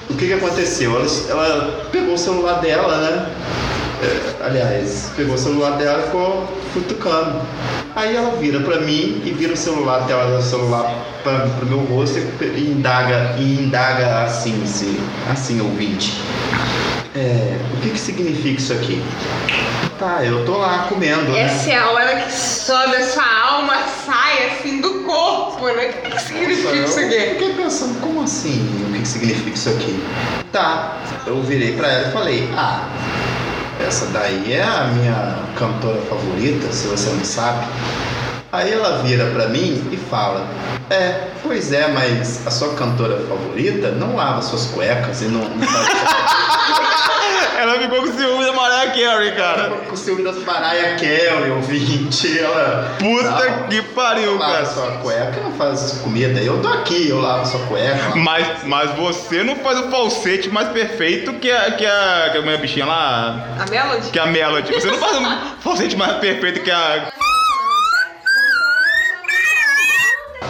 o que que aconteceu? Ela, ela pegou o celular dela, né? É, aliás, pegou o celular dela e ficou futucando. Aí ela vira pra mim e vira o celular, a tela do celular pra, pro meu rosto e pe- e indaga, e indaga assim, se, assim, ouvinte. assim, é, o que, que significa isso aqui? Tá, eu tô lá comendo, né? Essa é a hora que sobe a sua alma, sai assim do corpo, né? O que, que significa isso Eu aqui? fiquei pensando, como assim? O que que significa isso aqui? Tá, eu virei pra ela e falei, ah, essa daí é a minha cantora favorita, se você não sabe. Aí ela vira pra mim e fala, é, pois é, mas a sua cantora favorita não lava suas cuecas e não, <laughs> não faz Ela ficou com ciúme da Mariah Carey, cara. com o ciúme das Mariah Carey, ouvinte, ela... Puta Não, que pariu, Lava cara. sua cueca, não faz comida. Eu tô aqui, eu lavo sua cueca. Mas, mas você não faz o falsete mais perfeito que a, que a, que a minha bichinha lá, A Melody? que a Melody. Você não faz um falsete mais perfeito que a...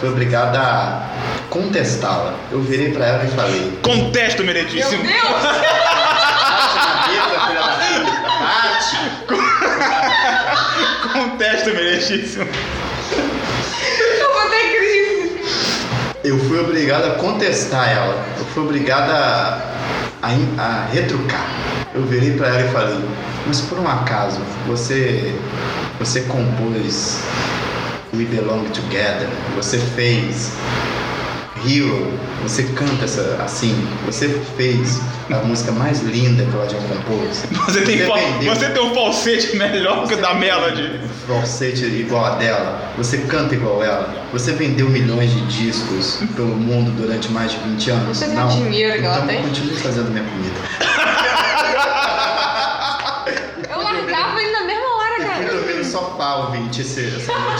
Fui obrigado a contestá-la. Eu virei pra ela e falei: Contesto, Meu meretíssimo. Deus! Bate na mesa, "Tá filha da puta, bate! Contesto, meretíssimo. Eu vou ter crise. Eu fui obrigado a contestar ela. Eu fui obrigado a, a, in- a retrucar. Eu virei pra ela e falei: Mas por um acaso, você, você compôs We Belong Together, você fez Hero, você canta essa, assim, você fez a música mais linda que ela já compôs. Você tem, fal- vendeu você tem um falsete melhor que o da Melody. falsete igual a dela, você canta igual ela, você vendeu milhões de discos pelo mundo durante mais de 20 anos. Você tem o dinheiro que ela então tem? continue fazendo minha comida. Eu largava ele na mesma hora, Eu fui cara. dormir no sofá, ouvinte, esse, essa noite